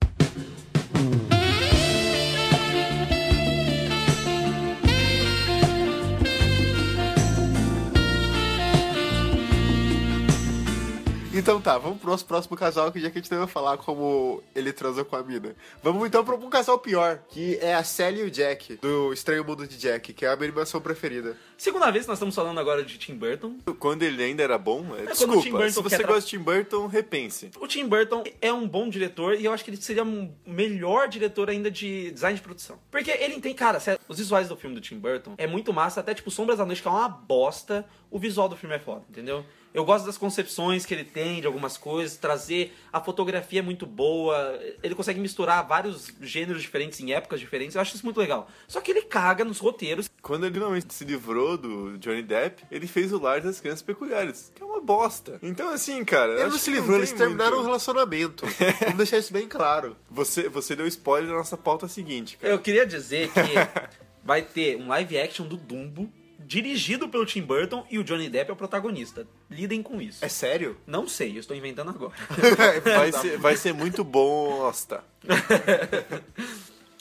S6: Então tá, vamos pro nosso próximo casal, que já que a gente não vai falar como ele transou com a mina. Vamos então pro um casal pior, que é a Sally e o Jack, do Estranho Mundo de Jack, que é a minha animação preferida.
S2: Segunda vez que nós estamos falando agora de Tim Burton.
S1: Quando ele ainda era bom, é-
S2: o Tim
S1: desculpa.
S2: Burton
S1: Se
S2: quer
S1: você
S2: tra-
S1: gosta de Tim Burton, repense.
S2: O Tim Burton é um bom diretor e eu acho que ele seria um melhor diretor ainda de design de produção. Porque ele tem, cara, sério, os visuais do filme do Tim Burton é muito massa, até tipo Sombras da Noite, que é uma bosta, o visual do filme é foda, entendeu? Eu gosto das concepções que ele tem de algumas coisas, trazer a fotografia é muito boa, ele consegue misturar vários gêneros diferentes em épocas diferentes, eu acho isso muito legal. Só que ele caga nos roteiros.
S1: Quando ele finalmente se livrou do Johnny Depp, ele fez o Lar das Crianças Peculiares, que é uma bosta. Então, assim, cara.
S6: Ele
S1: acho
S6: não se
S1: que
S6: livrou,
S1: tem
S6: eles terminaram o
S1: muito-
S6: relacionamento. vamos deixar isso bem claro.
S1: Você, você deu spoiler na nossa pauta seguinte, cara.
S2: Eu queria dizer que vai ter um live action do Dumbo, dirigido pelo Tim Burton e o Johnny Depp é o protagonista. Lidem com isso.
S6: É sério?
S2: Não sei, eu estou inventando agora.
S1: Vai ser, vai ser muito bom, bosta.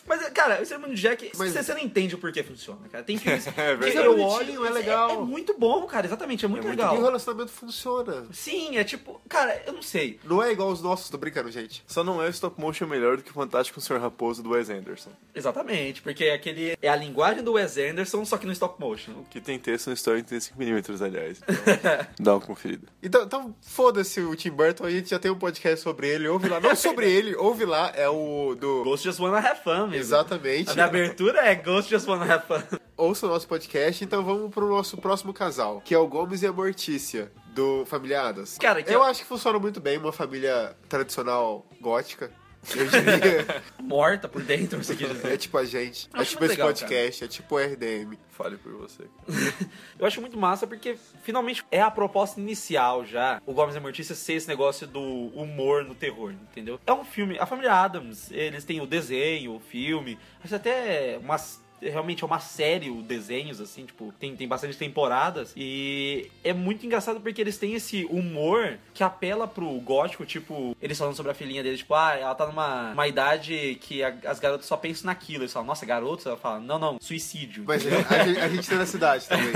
S2: Mas, cara, o Ceremony Jack,
S6: Mas-
S2: você, você não entende o porquê funciona, cara. Tem filmes
S1: É
S2: que
S1: verdade.
S6: É
S2: eu
S6: bonitinho,
S2: olho...
S6: é legal.
S2: É, muito bom, cara, exatamente. É muito legal.
S6: E o relacionamento funciona.
S2: Sim, é tipo... Cara, eu não sei.
S6: Não é igual os nossos, tô brincando, gente.
S1: Só não é o stop motion melhor do que o Fantástico Sr. Raposo do Wes Anderson,
S2: Exatamente, porque é aquele... É a linguagem do Wes Anderson, só que no stop motion.
S1: que tem texto no Story em 35mm, aliás. Então, dá uma conferida.
S6: Então, então foda-se o Tim Burton, a gente já tem um podcast sobre ele, ouve lá. Não sobre ele, ouve lá, é o do...
S2: Ghost Just Wanna Have Fun, mesmo.
S6: Exatamente.
S2: A minha abertura é Ghost Just Wanna Have Fun.
S6: Ouça o nosso podcast, então vamos pro nosso próximo casal, que é o Gomes e a Mortícia, do Familiadas.
S2: Cara, que
S6: Eu
S2: é-
S6: acho que funciona muito bem uma família tradicional gótica. Eu diria.
S2: Morta por dentro, você quer dizer.
S6: é tipo a gente.
S2: Acho
S6: é tipo
S2: muito
S6: esse
S2: legal,
S6: podcast, é tipo o RDM.
S1: Fale por você. cara.
S2: Eu acho muito massa porque finalmente é a proposta inicial já, o Gomes e a Mortícia ser esse negócio do humor no terror, entendeu? É um filme, a família Adams, eles têm o desenho, o filme, acho que até umas realmente é uma série o desenhos assim tipo tem, tem bastante temporadas e é muito engraçado porque eles têm esse humor que apela pro gótico tipo eles falando sobre a filhinha dele tipo ah ela tá numa uma idade que a- as garotas só pensam naquilo eles falam nossa garotas ela fala não não suicídio
S6: Mas a, a gente- a gente tem na cidade também.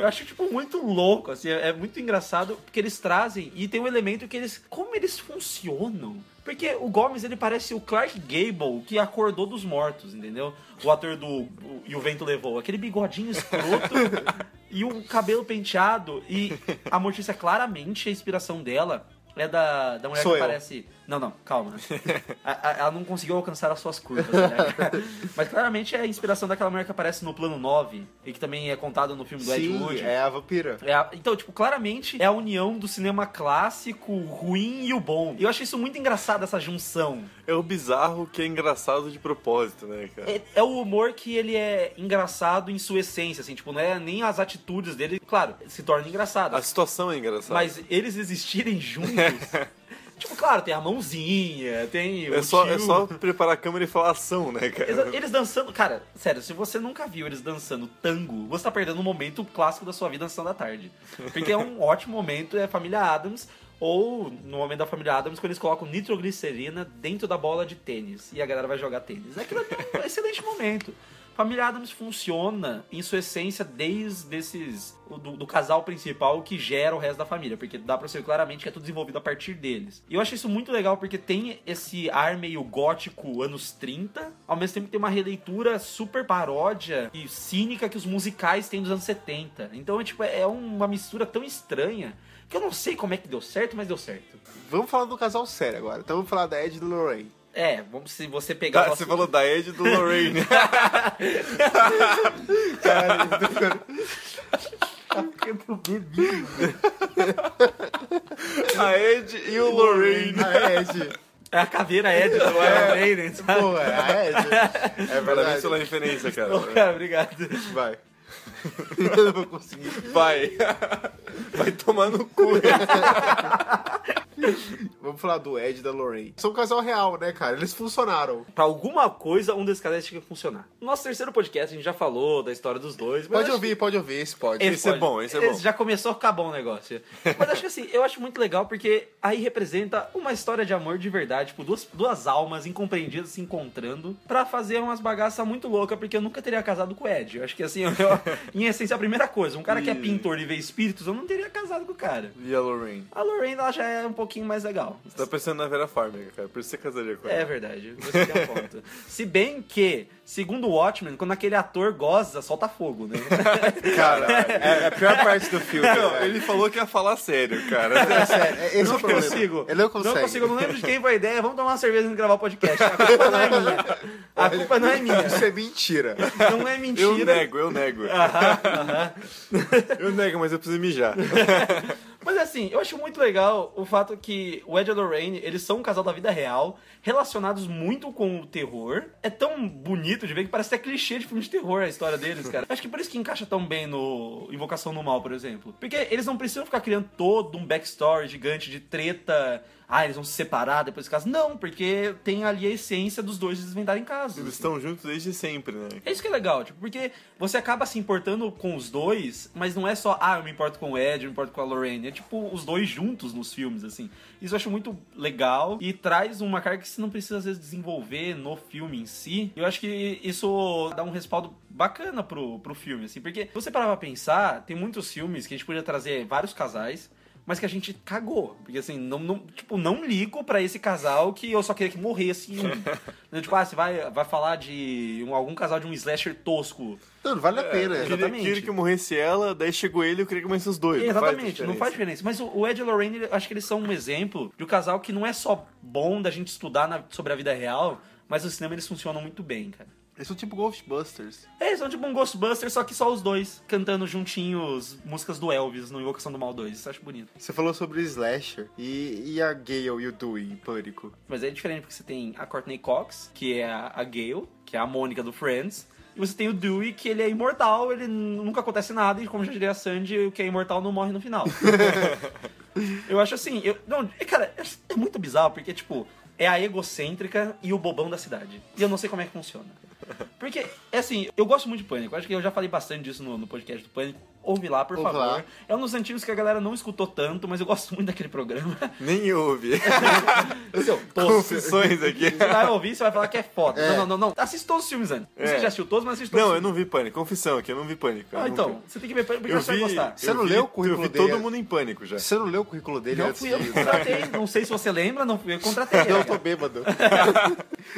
S2: eu acho, tipo, muito louco, assim, é é muito engraçado, porque eles trazem, e tem um elemento que eles, como eles funcionam. Porque o Gomes, ele parece o Clark Gable, que acordou dos mortos, entendeu? O ator do o- E o Vento Levou, aquele bigodinho escroto... E o cabelo penteado, e a Mortícia claramente, a inspiração dela é da, da mulher
S6: Sou
S2: que
S6: eu.
S2: parece. Não, não, calma. A- a- ela não conseguiu alcançar as suas curvas, né? Mas claramente é a inspiração daquela mulher que aparece no Plano 9 e que também é contada no filme do Ed
S6: Sim,
S2: Wood.
S6: é a vampira.
S2: É a- então, tipo, claramente é a união do cinema clássico, o ruim e o bom. E eu achei isso muito engraçado, essa junção.
S1: É o bizarro que é engraçado de propósito, né, cara?
S2: É, é o humor que ele é engraçado em sua essência, assim, tipo, não é nem as atitudes dele. Claro, se torna engraçado.
S1: A situação é engraçada.
S2: Mas eles existirem juntos. tipo, claro, tem a mãozinha, tem.
S1: é,
S2: o
S1: só,
S2: tio.
S1: é só preparar a câmera e falar ação, né,
S2: Eles,
S1: cara?
S2: eles dançando. Cara, sério, se você nunca viu eles dançando tango, você tá perdendo um momento clássico da sua vida na sessão da tarde. Porque é um ótimo momento, é Família Adams. Ou no momento da família Adams, quando eles colocam nitroglicerina dentro da bola de tênis e a galera vai jogar tênis. Aquilo é um excelente momento. Família Adams funciona em sua essência desde esses. Do, do casal principal que gera o resto da família. Porque dá pra você ver claramente que é tudo desenvolvido a partir deles. E eu achei isso muito legal porque tem esse ar meio gótico anos 30, ao mesmo tempo que tem uma releitura super paródia e cínica que os musicais têm dos anos 70. Então é tipo, é uma mistura tão estranha que eu não sei como é que deu certo, mas deu certo.
S6: Vamos falar do casal sério agora. Então vamos falar da Ed e do Lorraine.
S2: É, vamos se você pegar.
S1: Tá,
S2: o
S1: você
S2: nosso-
S1: falou da Ed e do Lorraine. a Ed e o Lorraine.
S6: A Ed.
S2: É a caveira Ed do Iron Maiden, sabe?
S6: Pô, é a Ed. É
S1: Parabéns
S6: verdade.
S1: pela referência, cara.
S2: Pô, cara, obrigado.
S6: Vai. Eu não vou conseguir.
S1: Vai. Vai tomar no cu.
S6: Vamos falar do Ed e da Lorraine. São um casal real, né, cara? Eles funcionaram.
S2: Pra alguma coisa, um desses caras tinha que funcionar. No nosso terceiro podcast, a gente já falou da história dos dois. mas
S6: Pode
S2: acho
S6: ouvir, pode ouvir, esse pode.
S2: Esse,
S1: Esse é bom, esse é bom.
S2: Já começou a ficar bom o negócio. Mas acho que assim, eu acho muito legal porque aí representa uma história de amor de verdade, tipo, duas, duas almas incompreendidas se encontrando pra fazer umas bagaças muito loucas, porque eu nunca teria casado com o Ed. Eu acho que assim, eu- em essência, a primeira coisa, um cara que é
S1: E-
S2: pintor e vê espíritos, eu não teria casado com o cara.
S1: E a Lorraine?
S2: A Lorraine, ela já é um pouquinho mais legal.
S1: Você tá pensando na Vera Farmiga, cara. Por isso você casaria com ela.
S2: É verdade, você tem um ponto. Se bem que, segundo o Watchmen, quando aquele ator goza, solta fogo, né?
S6: Cara, é, é a pior parte do filme.
S1: Não,
S6: velho.
S1: ele falou que ia falar né? sério, cara.
S6: É sério, é- esse é o
S2: não
S6: problema.
S2: consigo.
S6: Ele não consegue.
S2: Não consigo, eu não lembro de quem foi a ideia. Vamos tomar uma cerveja e gravar o podcast. A culpa não é minha. A culpa não é minha.
S6: Isso é mentira.
S2: Não é
S1: Eu
S2: mentira.
S1: nego, eu nego.
S2: Aham, aham.
S1: Eu nego, mas eu preciso mijar.
S2: Mas assim, eu acho muito legal o fato que o Ed e a Lorraine, eles são um casal da vida real, relacionados muito com o terror. É tão bonito de ver que parece até clichê de filme de terror a história deles, cara. Acho que por isso que encaixa tão bem no Invocação no Mal, por exemplo. Porque eles não precisam ficar criando todo um backstory gigante de treta ah, eles vão se separar depois de casa. Não, porque tem ali a essência dos dois desvendarem casos.
S1: Eles estão juntos desde sempre, né?
S2: É isso que é legal, tipo, porque você acaba se importando com os dois, mas não é só, ah, eu me importo com o Ed, eu me importo com a Lorraine. É tipo os dois juntos nos filmes, assim. Isso eu acho muito legal e traz uma carga que você não precisa, às vezes, desenvolver no filme em si. Eu acho que isso dá um respaldo bacana pro, pro filme, assim, porque se você parar pra pensar, tem muitos filmes que a gente podia trazer vários casais. Mas que a gente cagou. Porque assim, não, não- tipo, não ligo pra esse casal que eu só queria que morresse. um. tipo, ah, você vai, vai falar de um- algum casal de um slasher tosco.
S6: Não, não vale a pena.
S1: Eu queria,
S2: Exatamente.
S1: queria que morresse ela, daí chegou ele e eu queria que morresse os dois. não faz
S2: Exatamente, não faz
S1: diferença.
S2: diferença. Mas o- o Ed e a Lorraine, ele- acho que eles são um exemplo de um casal que não é só bom da gente estudar na- sobre a vida real, mas no cinema eles funcionam muito bem, cara.
S6: Eles são tipo Ghostbusters.
S2: É, eles são tipo um Ghostbusters, só que só os dois cantando juntinhos músicas do Elvis no Invocação do Mal 2. Isso eu acho bonito.
S6: Você falou sobre Slasher e, e a Gale e o Dewey em Pânico.
S2: Mas é diferente porque você tem a Courtney Cox, que é a a Gayle, que é a Mônica do Friends. E você tem o Dewey, que ele é imortal, ele n- nunca acontece nada, e como já diria a Sandy, o que é imortal não morre no final. eu acho assim, eu, não, é, cara, é muito bizarro, porque, tipo, é a egocêntrica e o bobão da cidade. E eu não sei como é que funciona. Porque, é assim, eu gosto muito de Pânico, acho que eu já falei bastante disso no, no podcast do Pânico. Ouve lá, por
S6: Ouve
S2: favor.
S6: lá.
S2: É um dos antigos que a galera não escutou tanto, mas eu gosto muito daquele programa.
S1: Nem houve.
S2: Seu tosco.
S1: Confissões aqui.
S2: Você vai ouvir, você vai falar que é foda. Não, não, não, não. Assista todos os filmes antes. Não sei
S1: É.
S2: se já assistiu todos, mas assista todos.
S1: Não, eu não vi pânico. Confissão aqui, eu não vi pânico. Eu
S2: Ah,
S1: não
S2: então,
S1: vi.
S2: você tem que ver porque
S1: Eu
S2: você
S1: vi,
S2: vai gostar.
S6: Você não
S1: eu vi-
S6: leu o currículo
S1: Eu vi
S6: dele?
S1: todo mundo em pânico já.
S6: Você não leu o currículo dele
S1: é
S2: Não
S6: antes
S1: assim.
S2: fui eu que
S6: de-
S2: contratei, não sei se você lembra, não fui eu que contratei.
S6: Não,
S2: cara.
S6: eu tô bêbado.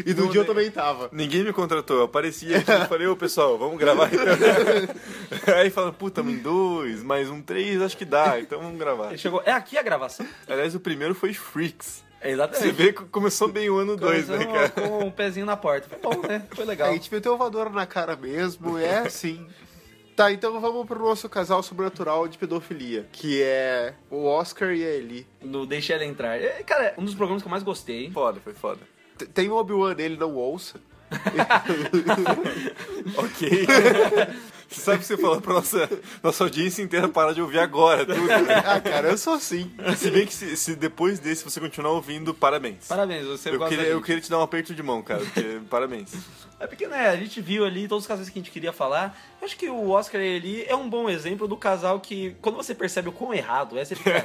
S6: e do dia eu também tava.
S1: Ninguém me contratou, eu apareci aqui e falei, ô pessoal, vamos gravar então. Aí falam, puta, um dois, mais um três, acho que dá, então vamos gravar.
S2: Ele chegou, é aqui a gravação?
S1: Aliás, o primeiro foi Freaks.
S2: É
S1: Você
S2: exatamente.
S1: vê que começou bem o ano dois,
S2: Começou
S1: né, cara? É,
S2: com um pezinho na porta. Foi bom, né? Foi legal.
S6: É, A gente meteu voadora na cara mesmo, é assim. Tá, então vamos pro nosso casal sobrenatural de pedofilia, que é o Oscar e a Ellie.
S2: No Deixa Ela Entrar. É, Cara, um dos programas que eu mais gostei.
S1: Foda, foi foda.
S6: T- Tem o Obi-Wan nele, não ouça.
S1: Ok. Você sabe o que você falou pra nossa, nossa audiência inteira parar de ouvir agora tudo. né?
S6: Ah, cara, eu sou assim.
S1: Se bem que se, se depois desse você continuar ouvindo, parabéns.
S2: Parabéns, você
S1: Eu
S2: gosta
S1: queria, eu
S2: disso.
S1: queria te dar um aperto de mão, cara, porque parabéns.
S2: É porque, né, a gente viu ali todos os casais que a gente queria falar. Eu Acho que o Oscar ali é um bom exemplo do casal que, quando você percebe o quão errado é, você fica.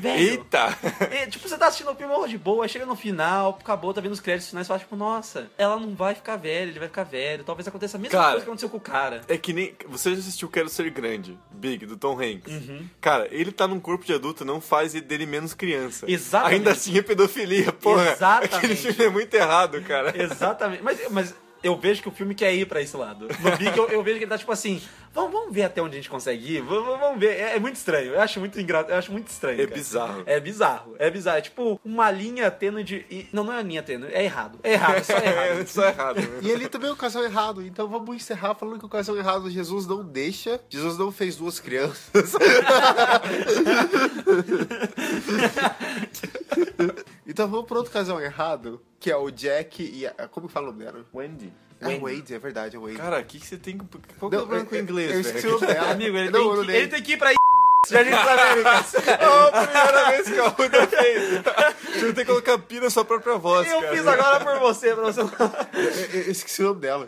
S2: Velho!
S1: Eita!
S2: É, tipo, você tá assistindo o filme ó, de boa, aí chega no final, acabou, tá vendo os créditos finais, você fala, tipo, nossa, ela não vai ficar velha, ele vai ficar velho. Talvez aconteça a mesma
S1: Cara.
S2: coisa que aconteceu com o cara.
S1: É que nem. Você já assistiu Quero Ser Grande, Big, do Tom Hanks.
S2: Uhum.
S1: Cara, ele tá num corpo de adulto, não faz dele menos criança.
S2: Exatamente.
S1: Ainda assim é pedofilia, porra.
S2: Exatamente. É,
S1: Aquele filme é muito errado, cara.
S2: Exatamente. Mas, mas eu vejo que o filme quer ir pra esse lado. No Big, eu, eu vejo que ele tá tipo assim, vamos, vamos ver até onde a gente consegue ir, vamos, vamos ver. É, é muito estranho, eu acho muito engraçado, eu acho muito estranho.
S1: É
S2: cara.
S1: bizarro.
S2: É bizarro, é bizarro. É tipo uma linha tênue de... e- Não, não é uma linha tênue, é errado. É errado, só é
S1: É
S2: errado.
S1: só errado. né?
S6: E ele também é um casal errado, então vamos encerrar falando que o casal errado Jesus não deixa, Jesus não fez duas crianças. então vamos pro outro casal errado, que é o Jack e a... Como que fala o nome dela?
S1: Wendy.
S6: É o
S2: Wendy.
S6: Wade, é verdade, é o Wade.
S1: Cara, o que, que você tem. com- Qual que é o problema com o
S6: eu
S1: inglês,
S6: esqueci
S1: velho?
S6: o nome dela.
S2: Amigo, ele,
S6: Não, eu
S2: tem que,
S6: odeio.
S2: ele tem que ir pra... Jardim das Américas.
S1: Primeira vez que a Ruda fez. Você tem que colocar pi na sua própria voz,
S2: Eu
S1: cara.
S2: fiz agora por você, pra você não-
S6: É, Eu- Eu esqueci o nome dela.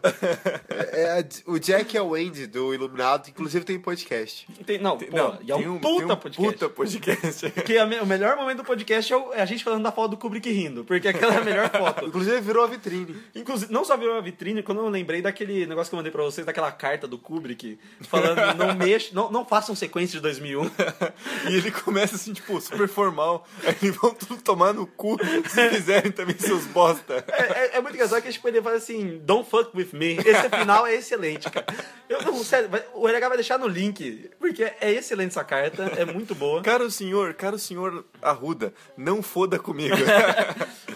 S6: É- é a- o Jack é o Andy do Iluminado, inclusive tem podcast.
S2: Tem- não,
S1: Tem-
S2: pô,
S1: não,
S2: e é
S1: tem
S2: um, puta
S1: tem um
S2: podcast.
S1: Puta podcast.
S2: Porque a me- o melhor momento do podcast é, o- é a gente falando da foto do Kubrick rindo, porque aquela é a melhor foto.
S6: Inclusive virou a vitrine.
S2: Inclusive, não só virou a vitrine, quando eu lembrei daquele negócio que eu mandei pra vocês, daquela carta do Kubrick, falando não mexa, não, não façam sequência de 2001.
S1: E ele começa assim, tipo, super formal. Aí eles vão tudo tomar no cu se fizerem também seus bosta.
S2: É, é- é muito engraçado que tipo, ele fala assim, don't fuck with me. Esse final é excelente, cara. Eu não, sério, vai- o RH vai deixar no link, porque é excelente essa carta, é muito boa.
S1: Caro senhor, caro senhor Arruda, não foda comigo.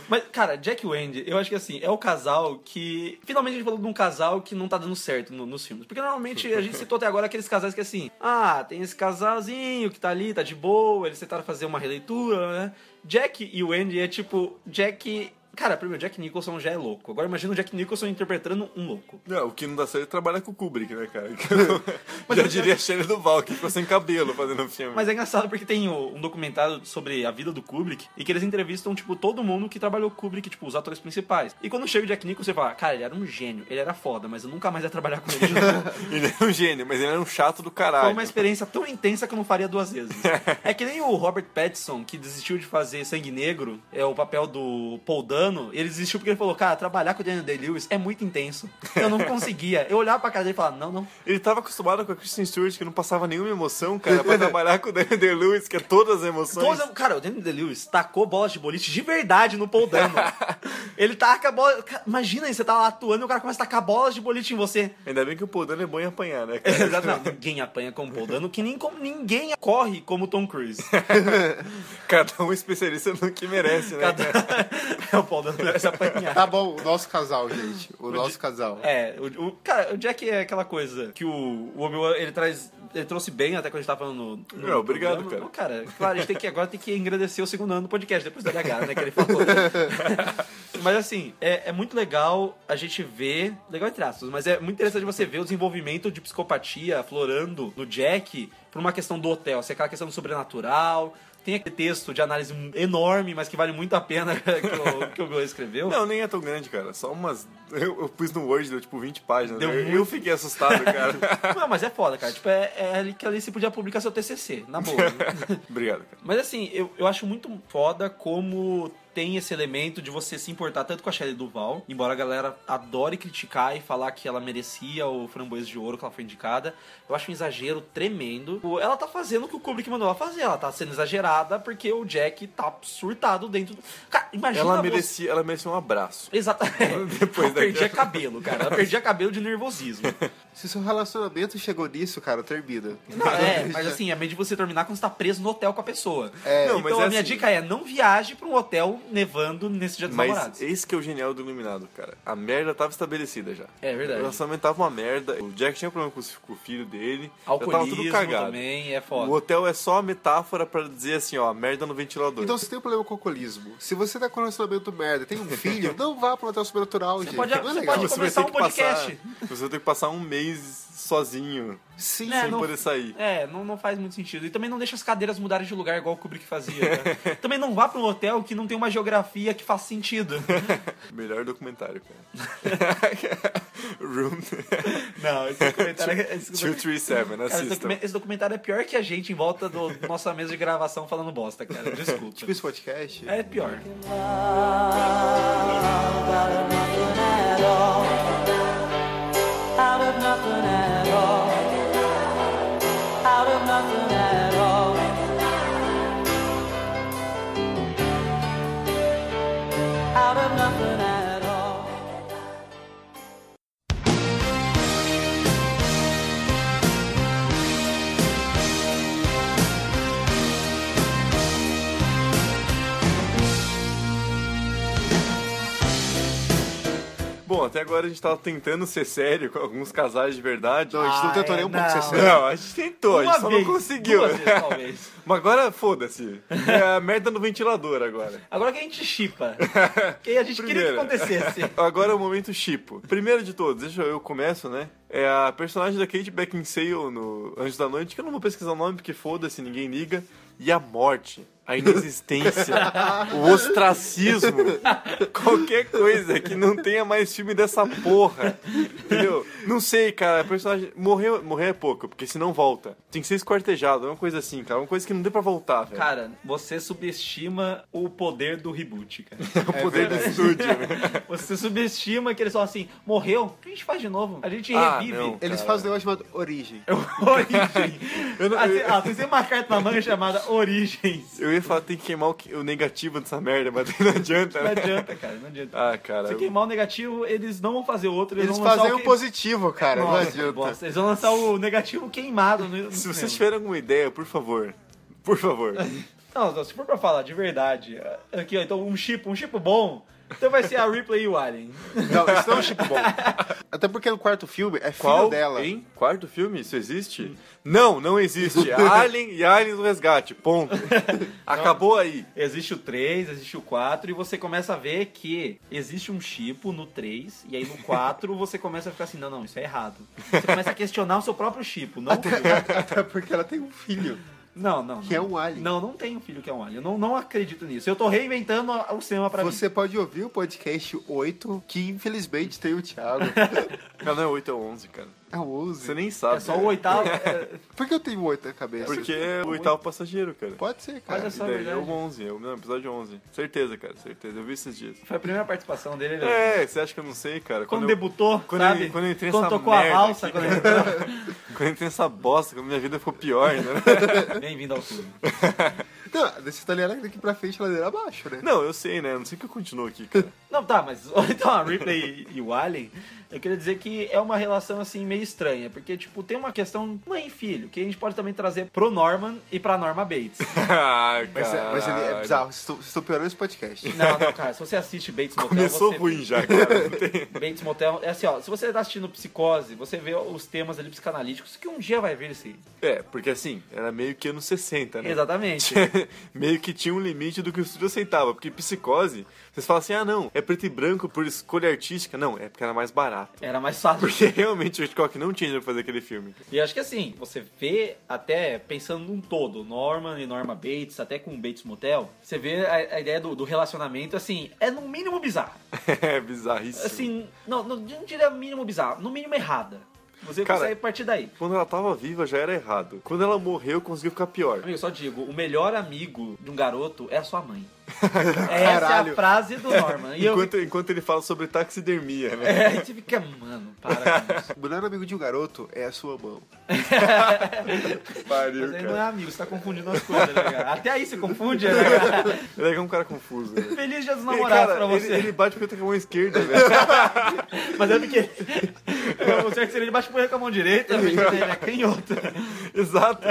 S2: Mas, cara, Jack e Wendy, eu acho que assim, é o casal que. Finalmente a gente falou de um casal que não tá dando certo no- nos filmes. Porque normalmente a gente citou até agora aqueles casais que assim, ah, tem esse casalzinho que tá ali, tá de boa, eles tentaram fazer uma releitura, né? Jack e Wendy é tipo, Jack. Cara, primeiro, Jack Nicholson já é louco. Agora imagina o Jack Nicholson interpretando um louco.
S1: Não, o que não dá certo é trabalhar com o Kubrick, né, cara? Já diria a Shelley Duval, que ficou sem cabelo fazendo filme.
S2: Mas é engraçado porque tem o- um documentário sobre a vida do Kubrick e que eles entrevistam, tipo, todo mundo que trabalhou com o Kubrick, tipo, os atores principais. E quando chega o Jack Nicholson, você fala, cara, ele era um gênio, ele era foda, mas eu nunca mais ia trabalhar com ele de novo.
S1: Ele era um gênio, mas ele era um chato do
S2: Foi
S1: caralho.
S2: uma experiência tão intensa que eu não faria duas vezes. é que nem o Robert Pattinson, que desistiu de fazer Sangue Negro, é o papel do Paul Dano, ele desistiu porque ele falou, cara, trabalhar com o Daniel Day-Lewis é muito intenso. Eu não conseguia. Eu olhava pra cara dele e falava, não, não.
S1: Ele tava acostumado com a Kristen Stewart, que não passava nenhuma emoção, cara, pra trabalhar com o Daniel Day-Lewis, que é todas as emoções.
S2: Todos- cara, o Daniel Day-Lewis tacou bolas de boliche de verdade no Paul Dano. ele taca a bola... Ca- Imagina aí, você tá lá atuando e o cara começa a tacar bolas de boliche em você.
S1: Ainda bem que o Podano é bom em apanhar, né, cara?
S2: Exato, não, ninguém apanha como Paul Dano, que nem como- ninguém corre como Tom Cruise. É.
S1: Cada um especialista no que merece, né?
S2: Cada-
S1: cara?
S2: é o Paul Dano deve se apanhar.
S6: Tá bom, o nosso casal, gente. O nosso casal.
S2: É, o, o- cara, o Jack é aquela coisa que o, o Obi-Wan, ele traz, ele trouxe bem até quando a gente tava falando no... no
S1: Não, obrigado,
S2: programa. Não, cara, claro, a gente tem que, agora tem que engrandecer o segundo ano do podcast, depois da Gara, né, que ele falou. mas assim, é, é muito legal a gente ver, legal entre aspas, mas é muito interessante você ver o desenvolvimento de psicopatia aflorando no Jack por uma questão do hotel, se é aquela questão do sobrenatural... Tem aquele texto de análise enorme, mas que vale muito a pena que o que o Obi-Wan escreveu.
S1: Não, nem é tão grande, cara. Só umas. Eu, eu pus no Word, deu tipo 20 páginas.
S2: Deu
S1: né? Eu
S2: muito.
S1: fiquei assustado, cara.
S2: Não, mas é foda, cara. Tipo, é, é ali que ali você podia publicar seu TCC, na boa.
S1: Obrigado, cara.
S2: mas assim, eu, eu acho muito foda como tem esse elemento de você se importar tanto com a Shelley Duval, embora a galera adore criticar e falar que ela merecia o Framboesa de Ouro que ela foi indicada, eu acho um exagero tremendo. Tipo, Ela tá fazendo o que o Kubrick mandou ela fazer, ela tá sendo exagerada porque o Jack tá surtado dentro do... Cara, imagina
S1: Ela
S2: você-
S1: merecia, ela merecia um abraço.
S2: Exatamente.
S1: Depois
S2: Depois ela perdia
S1: daquela-
S2: cabelo, cara. Ela perdia cabelo de nervosismo.
S6: Se seu relacionamento chegou nisso, cara, termina. Então,
S2: Não, é, mas assim, é meio de você terminar quando você tá preso no hotel com a pessoa.
S1: Não,
S2: então
S1: mas é
S2: a minha
S1: assim.
S2: dica é, não viaje pra um hotel nevando nesse dia dos
S1: Mas
S2: namorados.
S1: esse que é o genial do Iluminado, cara. A merda tava estabelecida já.
S2: É verdade.
S1: O relacionamento tava uma merda. O Jack tinha problema com os- com o filho dele. Já tava tudo
S2: Alcoolismo
S1: cagado.
S2: também é
S1: O
S2: foda.
S1: hotel é só a metáfora pra dizer assim, ó, merda no ventilador.
S6: Então, se tem um problema com o alcoolismo, se você tá com um relacionamento merda, tem um filho, não vá pro hotel sobrenatural, gente.
S2: pode-
S6: não é
S2: você
S6: legal.
S2: pode- começar um podcast.
S1: Passar, você vai ter que passar um mês sozinho,
S6: Sim,
S2: É,
S1: sem
S2: não-
S1: poder sair.
S2: É, não, não faz muito sentido. E também não deixa as cadeiras mudarem de lugar igual o Kubrick fazia. né? também não vá pra um hotel que não tem uma geografia que faça sentido.
S1: Melhor documentário, cara. Room
S2: não, esse comentário é... esse documentário-
S1: 237,
S2: Cara, esse,
S1: assistam.
S2: documentário, esse documentário é pior que a gente em volta do- da nossa mesa de gravação falando bosta, cara. Desculpa.
S6: Tipo esse podcast.
S2: É pior.
S8: out of nothing at all. Out of nothing at all. Out of nothing at all.
S1: Bom, até agora a gente tava tentando ser sério com alguns casais de verdade.
S6: Não, a gente não
S2: Ah,
S6: tentou
S2: é,
S6: nem um pouco
S2: não.
S6: ser sério.
S1: Não, a gente tentou, a gente só não conseguiu.
S2: duas vezes, talvez.
S1: Mas agora, foda-se. É a merda no ventilador agora.
S2: Agora que a gente chipa. Que a gente queria que
S1: Primeiro.
S2: acontecesse.
S1: Agora é o momento chipo. Primeiro de todos, deixa eu, eu começo, né? É a personagem da Kate Beckinsale no Anjos da Noite, que eu não vou pesquisar o nome porque foda-se, ninguém liga. E a morte, a inexistência, o ostracismo, qualquer coisa que não tenha mais filme dessa porra. Entendeu? Não sei, cara, a personagem. Morrer, morrer é pouco, porque se não volta. Tem que ser esquartejado, é uma coisa assim, cara. Uma coisa que não dê pra voltar, velho.
S2: Cara, você subestima o poder do reboot, cara.
S6: É
S1: o poder do estúdio.
S2: Você subestima que eles falam assim, morreu, o que a gente faz de novo? A gente
S1: Ah,
S2: revive. É
S1: não.
S6: Eles fazem um negócio chamado Origem.
S2: Origem. Assim, ah, você tem uma carta na manga chamada Origens.
S1: Eu ia falar, tem que queimar o, que- o negativo dessa merda, mas não adianta,
S2: Não
S1: né?
S2: adianta, cara, não adianta.
S1: Ah, cara.
S2: Se
S1: eu-
S2: queimar o negativo, eles não vão fazer outro. Eles,
S6: Eles
S2: vão lançar
S6: fazem
S2: o
S6: o
S2: que-
S6: positivo, cara. Não
S2: Nossa,
S6: adianta.
S2: bosta, Eles vão lançar o negativo queimado. No,
S1: Se
S2: no
S1: vocês
S2: cinema.
S1: tiverem alguma ideia, por favor. Por favor.
S2: é, Não, se for pra falar de verdade, aqui, ó, então um chip, um chip bom Então vai ser a Ripley e o Alien.
S6: Não, isso não é um chip bom. Até porque no quarto filme é filho
S1: Qual?
S6: dela.
S1: Hein? Quarto filme? Isso existe? Não, não existe. É Alien e Alien do Resgate. Ponto. Acabou aí.
S2: Existe o 3, existe o 4, e você começa a ver que existe um chipo no 3, e aí no 4 você começa a ficar assim, não, não, isso é errado. Você começa a questionar o seu próprio chipo, não o filho.
S6: Até porque ela tem um filho.
S2: Não, não.
S6: Que é um alien.
S2: Não, não tem um filho que é um alien. Eu não, não acredito nisso. Eu tô reinventando a- o cinema pra
S6: Você pode ouvir o podcast 8, que infelizmente tem o Thiago.
S1: Não, não é 8, é 11, cara.
S6: É o 11.
S1: Você nem
S2: mim.
S1: sabe.
S2: É só o oitavo. é,
S6: Por que eu tenho 8 na cabeça?
S1: Porque é o oitavo passageiro, cara.
S6: Pode ser, cara.
S2: Olha só,
S1: E daí é
S2: verdade.
S1: o 11, é o não, episódio 11. Certeza, cara, certeza. Eu vi esses dias.
S2: Foi a primeira participação dele. ele-
S1: É, você acha que eu não sei, cara?
S2: Quando,
S1: eu-
S2: debutou,
S1: quando
S2: sabe?
S1: eu- quando eu entrei
S2: Quando
S1: nessa
S2: tocou a
S1: merda
S2: valsa,
S1: aqui,
S2: quando ele entrou.
S1: Quando eu entrei nessa bosta, quando minha vida ficou pior, né?
S2: Bem-vindo ao filme.
S6: Não, desse italiano é daqui pra frente, ladeira abaixo, né?
S1: assim- Não, eu sei, né? Não sei que eu continuo aqui, cara.
S2: Não, tá, mas então a Ripley e o Alien, eu queria dizer que é uma relação assim meio estranha, porque tipo, tem uma questão mãe e filho, que a gente pode também trazer pro Norman e pra Norma Bates.
S1: Ah, cara.
S6: Mas, é- mas ele é bizarro. Estou, estou piorando esse podcast.
S2: Não, não, cara, se você assiste Bates Motel,
S1: Começou
S2: Então você...
S1: ruim já, cara. Não tem-
S2: Bates Motel, é assim, ó, se você tá assistindo Psicose, você vê os temas ali psicanalíticos, que um dia vai vir esse.
S1: É, porque assim, era meio que anos 60, né?
S2: Exatamente.
S1: meio que tinha um limite do que o estúdio aceitava. Porque psicose, vocês falam assim, ah não, é preto e branco por escolha artística. Não, é porque era mais barato.
S2: Era mais fácil.
S1: Porque realmente o Hitchcock não tinha dinheiro pra fazer aquele filme.
S2: E acho que assim, você vê até pensando num todo, Norman e Norma Bates, até com o Bates Motel, você vê a, a ideia do, do relacionamento, assim, é no mínimo bizarro.
S1: é bizarríssimo.
S2: Assim, não, não, não diria mínimo bizarro, no mínimo errada. Você
S1: Cara-
S2: consegue partir daí.
S1: Quando ela tava viva já era errado. Quando ela morreu, conseguiu ficar pior.
S2: Amigo, eu só digo, o melhor amigo de um garoto é a sua mãe. Essa é a
S6: Caralho.
S2: frase do Norman. E eu,
S1: Enquanto, enquanto ele fala sobre taxidermia, né?
S2: é, você fica, mano, para com isso.
S6: O melhor amigo de um garoto é a sua mão.
S1: Pariu,
S2: Mas aí não é amigo, você tá confundindo as coisas, né, cara? Até aí você confunde, né, cara?
S1: Ele é um cara confuso. Né?
S2: Feliz dia dos
S1: Ele,
S2: namorados
S1: cara,
S2: pra
S1: ele-
S2: você.
S1: Ele, bate punheta com a mão esquerda, velho.
S2: Mas é porque o certo seria ele bate punha com a mão direita, porque ele é canhoto.
S1: Exato.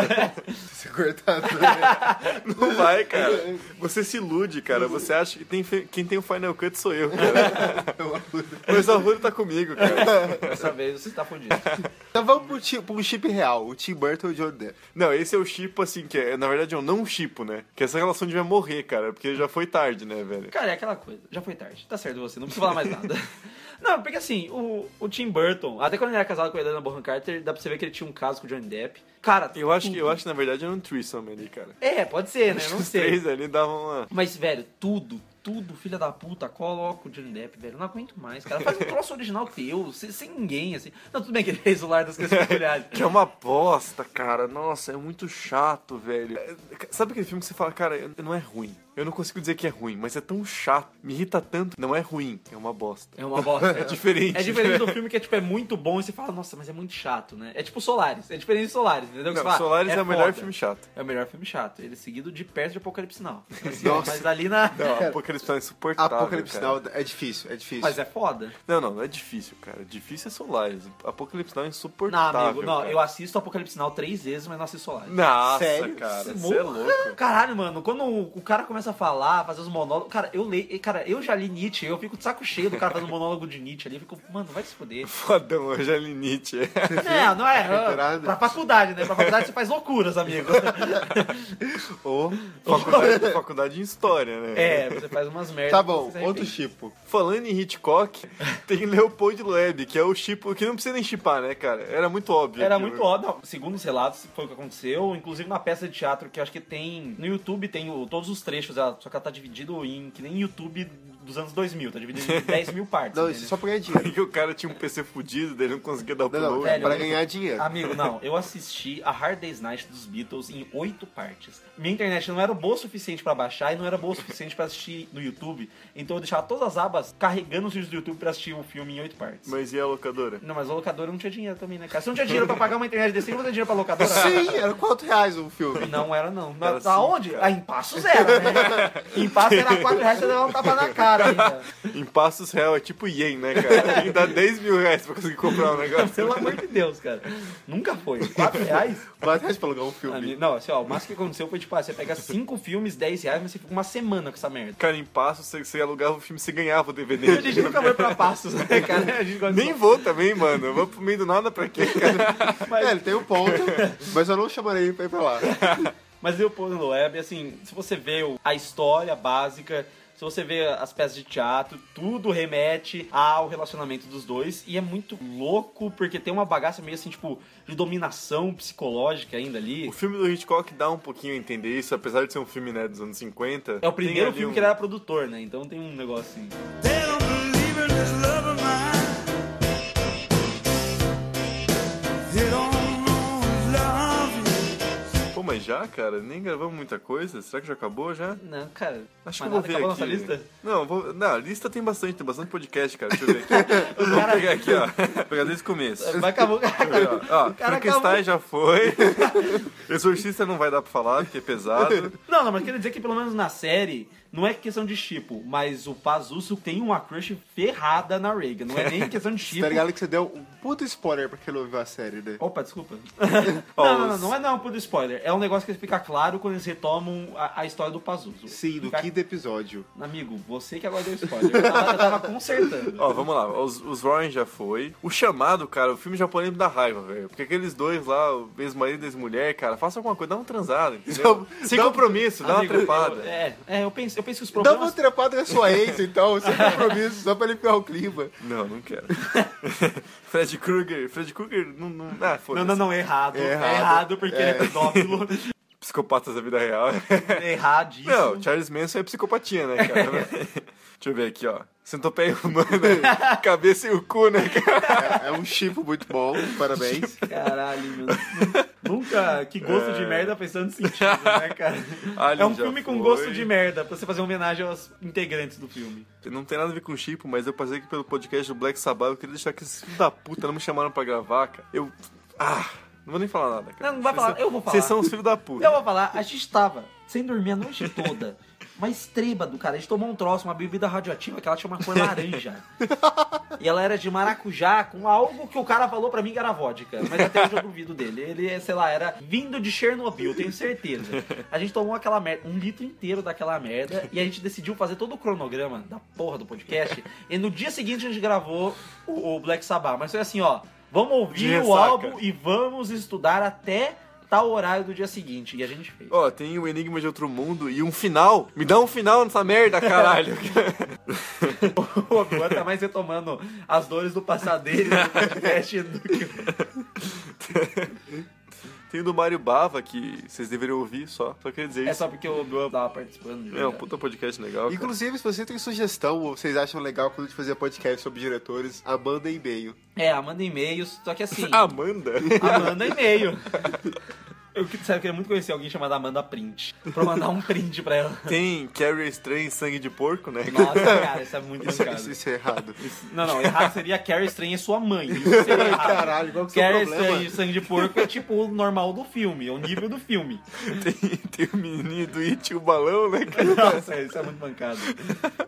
S6: Se cortar tudo.
S1: Não vai, cara. Você se ilude, cara. Você acha que tem fe- quem tem o Final Cut sou eu, cara. o Exalvuro tá comigo, cara.
S2: Dessa vez você tá fundido.
S6: Então vamos pro, chi- pro chip real, o Tim Burton e o John Depp.
S1: Não, esse é o chipo, assim, que é, na verdade é um não chipo, né? Que essa relação devia morrer, cara, porque já foi tarde, né, velho?
S2: Cara, é aquela coisa. Já foi tarde. Tá certo você, não precisa falar mais nada. Não, porque assim, o, o Tim Burton, até quando ele era casado com a Helena Bonham Carter, dá pra você ver que ele tinha um caso com o Johnny Depp. Cara,
S1: Eu acho que, eu acho que na verdade era um threesome ali, cara.
S2: É, pode ser, né? Não
S1: Os
S2: sei.
S1: três ali davam uma...
S2: Mas, velho, tudo, tudo, filha da puta, coloca o Johnny Depp, velho. Não aguento mais, cara. Faz um troço original teu, sem, sem ninguém, assim. Não, tudo bem que ele fez o lar das crianças peculiares.
S1: Que é uma bosta, cara. Nossa, é muito chato, velho. É, Sabe aquele filme que você fala, cara, eu- não é ruim. Eu não consigo dizer que é ruim, mas é tão chato. Me irrita tanto. Não é ruim, é uma bosta.
S2: É uma bosta.
S1: É diferente.
S2: É diferente do filme que é, tipo, é muito bom e você fala, nossa, mas é muito chato, né? É tipo Solaris. É diferente de Solaris, entendeu? Que você
S1: Não,
S2: fala,
S1: Solaris é, o melhor
S2: foda.
S1: filme chato.
S2: É o melhor filme chato. Ele é seguido de perto de Apocalipse Now. Assim, ó, mas ali na...
S1: Não, Apocalipse Now é insuportável.
S6: Apocalipse
S1: cara.
S6: Now é difícil, é difícil.
S2: Mas é foda.
S1: Não, não, não é difícil, cara. Difícil é Solaris. Apocalipse Now é
S2: Não,
S1: insuportável.
S2: amigo, não.
S1: cara.
S2: Eu assisto Apocalipse Now três vezes, mas não assisto Solaris.
S1: Nossa,
S6: Sério?
S1: cara.
S2: Esse
S1: Você é
S2: mo-
S1: louco.
S2: Caralho, mano, quando o o cara começa a falar, fazer os monólogos. Cara, eu leio. Cara, eu já li Nietzsche, eu fico de saco cheio do cara fazendo monólogo de Nietzsche ali. Eu fico, mano, vai se foder.
S1: Fodão, hoje é Nietzsche.
S2: não, não é.
S6: Caralho.
S2: Pra faculdade, né? Pra faculdade você faz loucuras, amigo.
S1: Ou faculdade, faculdade de História, né?
S2: É, você faz umas merdas.
S6: Tá
S2: que
S6: bom,
S2: você se arrepende.
S6: outro tipo. chipo.
S1: Falando em Hitchcock, tem Leopold Leb, que é o chipo que não precisa nem chipar, né, cara? Era muito óbvio.
S2: Era
S1: aquilo.
S2: muito óbvio, não, segundo os relatos, foi o que aconteceu. Inclusive na peça de teatro que eu acho que tem. No YouTube tem o- todos os trechos, ela- só que ela tá dividido em. que nem YouTube dos anos 2000, tá dividido em 10 mil partes. né?
S6: Não,
S2: entendeu?
S6: isso é só pra ganhar dinheiro.
S1: Porque o cara tinha um PC fudido, daí ele não conseguia dar o
S6: Não, não,
S1: upload.
S2: Velho,
S6: pra
S2: eu-
S6: ganhar dinheiro.
S2: Amigo, não, eu assisti a Hard Day's Night dos Beatles em oito partes. Minha internet não era boa o suficiente pra baixar e não era boa o suficiente pra assistir no YouTube, então eu deixava todas as abas carregando os vídeos do YouTube pra assistir o filme em oito partes.
S1: Mas e a locadora?
S2: Não, mas a locadora não tinha dinheiro também, né, cara? Se não tinha dinheiro pra pagar uma internet desse, não tinha dinheiro pra locadora?
S6: Sim, era 4 reais o filme.
S2: Não era, não. Na,
S1: Era
S2: da
S1: sim,
S2: onde?
S1: cara.
S2: Ah, em Passos era, né? Em Passos era 4 reais, você dava um tapa na cara ainda.
S1: Em Passos Real é tipo Yen, né, cara? Tem que dar 10 mil reais pra conseguir comprar um negócio.
S2: Pelo amor de Deus, cara. Nunca foi. 4 reais?
S6: 4 reais pra alugar um filme.
S2: ah, Não, assim, ó, o máximo que aconteceu foi, tipo, ah, você pega cinco filmes, 10 reais, mas você fica uma semana com essa merda.
S1: Cara, em Passos, você, você alugava o filme, você ganhava o DVD.
S2: A gente nunca foi pra Passos, né, cara? A gente gosta de
S1: Nem vou também, mano. Eu vou pro meio do nada pra quê, cara?
S6: É, ele tem um ponto, mas eu não chamarei ele pra ir pra lá. Tá
S2: Mas Leopoldo no Web, assim, se você vê o- a história básica, se você vê as peças de teatro, tudo remete ao relacionamento dos dois. E é muito louco, porque tem uma bagaça meio assim, tipo, de dominação psicológica ainda ali.
S1: O filme do Hitchcock dá um pouquinho a entender isso, apesar de ser um filme né, dos anos 50.
S2: É o primeiro
S1: Tem ali
S2: filme
S1: um-
S2: que ele era produtor, né? Então tem um negócio assim.
S9: They don't believe in this love of mine. They don't know love is.
S1: Pô, mas já, cara? Nem gravamos muita coisa? Será que já acabou já?
S2: Não, cara.
S1: Acho
S2: mas
S1: que eu vou
S2: nada,
S1: ver
S2: acabou
S1: aqui.
S2: nossa lista?
S1: Não, vou... Não, a lista tem bastante, tem bastante podcast, cara. Deixa eu ver aqui. Vou
S2: cara-
S1: pegar aqui, ó. Vou pegar desde o começo.
S2: Vai acabou.
S1: Aqui, ó. Ó,
S2: cara
S1: Frankenstein já foi. Exorcista não vai dar pra falar, porque é pesado.
S2: Não, não, mas quero dizer que pelo menos na série, não é questão de chipo, mas o Pazuzu tem uma crush ferrada na Reagan. Não é nem questão de chipo.
S6: Tá ligado que você deu um puto spoiler pra quem não viu a série, né?
S2: Opa, desculpa. não, não, não, não é não, por spoiler. É um negócio que fica claro quando eles retomam a, a história do Pazuzu.
S6: Sim, no
S2: Fica-
S6: quinto episódio.
S2: Amigo, você que agora deu spoiler. Eu tava, eu tava consertando.
S1: Ó, vamos lá. Os, os Warren já foi. O Chamado, cara, o filme japonês me dá raiva, velho. Porque aqueles dois lá, o ex-marido e ex-mulher, cara, faça alguma coisa, dá uma transada, entendeu? Sem compromisso, dá uma
S2: Amigo,
S1: trepada.
S2: eu- é, é, eu penso, eu penso que os
S6: Dá uma
S2: problemas...
S6: trepada na sua ex, então, sem compromisso, só pra ele pegar o clima.
S1: Não, não quero. Fred Krueger. Fred Krueger não. não ah,
S2: Não,
S1: foda-se.
S2: não, não, é errado. É errado,
S6: errado.
S2: porque ele é pedófilo.
S1: Psicopatas da vida real.
S2: É erradíssimo.
S1: Não, Charles Manson é psicopatia, né, cara? Deixa eu ver aqui, ó. Centopeia humana, cabeça e o cu, né, cara?
S6: É um chifo muito bom, parabéns.
S2: Caralho, mano. Nunca. Que gosto de merda fez tanto sentido, né, cara?
S1: Alien
S2: é um
S1: já
S2: filme com
S1: foi.
S2: gosto de merda, pra você fazer uma homenagem aos integrantes do filme.
S1: Não tem nada a ver com o Chipo, mas eu passei aqui pelo podcast do Black Sabbath. Eu queria deixar que esses filhos da puta não me chamaram pra gravar, cara. Eu. Ah! Não vou nem falar nada, cara.
S2: Não, não vai
S1: Vocês
S2: falar,
S1: são-
S2: eu vou falar.
S1: Vocês são os filhos da puta.
S2: Eu vou falar, a gente tava sem dormir a noite toda, mas trêbado, cara. A gente tomou um troço, uma bebida radioativa que ela tinha uma cor laranja. e ela era de maracujá com algo que o cara falou pra mim que era vodka. Mas até hoje eu duvido dele. Ele, sei lá, era vindo de Chernobyl, tenho certeza. A gente tomou aquela merda, um litro inteiro daquela merda, e a gente decidiu fazer todo o cronograma da porra do podcast. E no dia seguinte a gente gravou o, o Black Sabbath. Mas foi assim, ó. Vamos
S1: De
S2: ouvir o
S1: ressaca.
S2: álbum e vamos estudar até tal horário do dia seguinte. E a gente fez.
S1: Ó, tem o Enigma de Outro Mundo e um final. Me dá um final nessa merda, caralho.
S2: O Obi-Wan tá mais retomando as dores do passado dele no podcast do que...
S1: tem o do Mário Bava, que vocês deveriam ouvir só. Só queria dizer
S2: É
S1: isso.
S2: só porque o Obi-Wan tava participando. né? de
S1: É um
S2: verdade.
S1: puta podcast legal. cara.
S6: Inclusive, se você tem sugestão ou vocês acham legal quando a gente fazer podcast sobre diretores, a manda e-mail.
S2: É, ela manda e-mails, só que assim,
S6: Ah,
S1: Amanda?
S2: ela manda e-mail. Eu, que- sabe, eu queria muito conhecer alguém chamado Amanda Print. Pra mandar um print pra ela.
S1: Tem Carrie Strange Sangue de Porco, né?
S2: Nossa, cara, isso é muito
S6: Isso,
S2: mancado.
S6: isso- isso é errado.
S2: Não, não, errado seria Carrie Strange e sua mãe. Isso seria errado.
S6: Caralho, qual que é o
S2: Carrie
S6: problema?
S2: Strange e sangue de porco é tipo o normal do filme, é o nível do filme.
S1: Tem, tem o menininho do It e o balão, né, cara?
S2: Nossa, isso é muito bancado.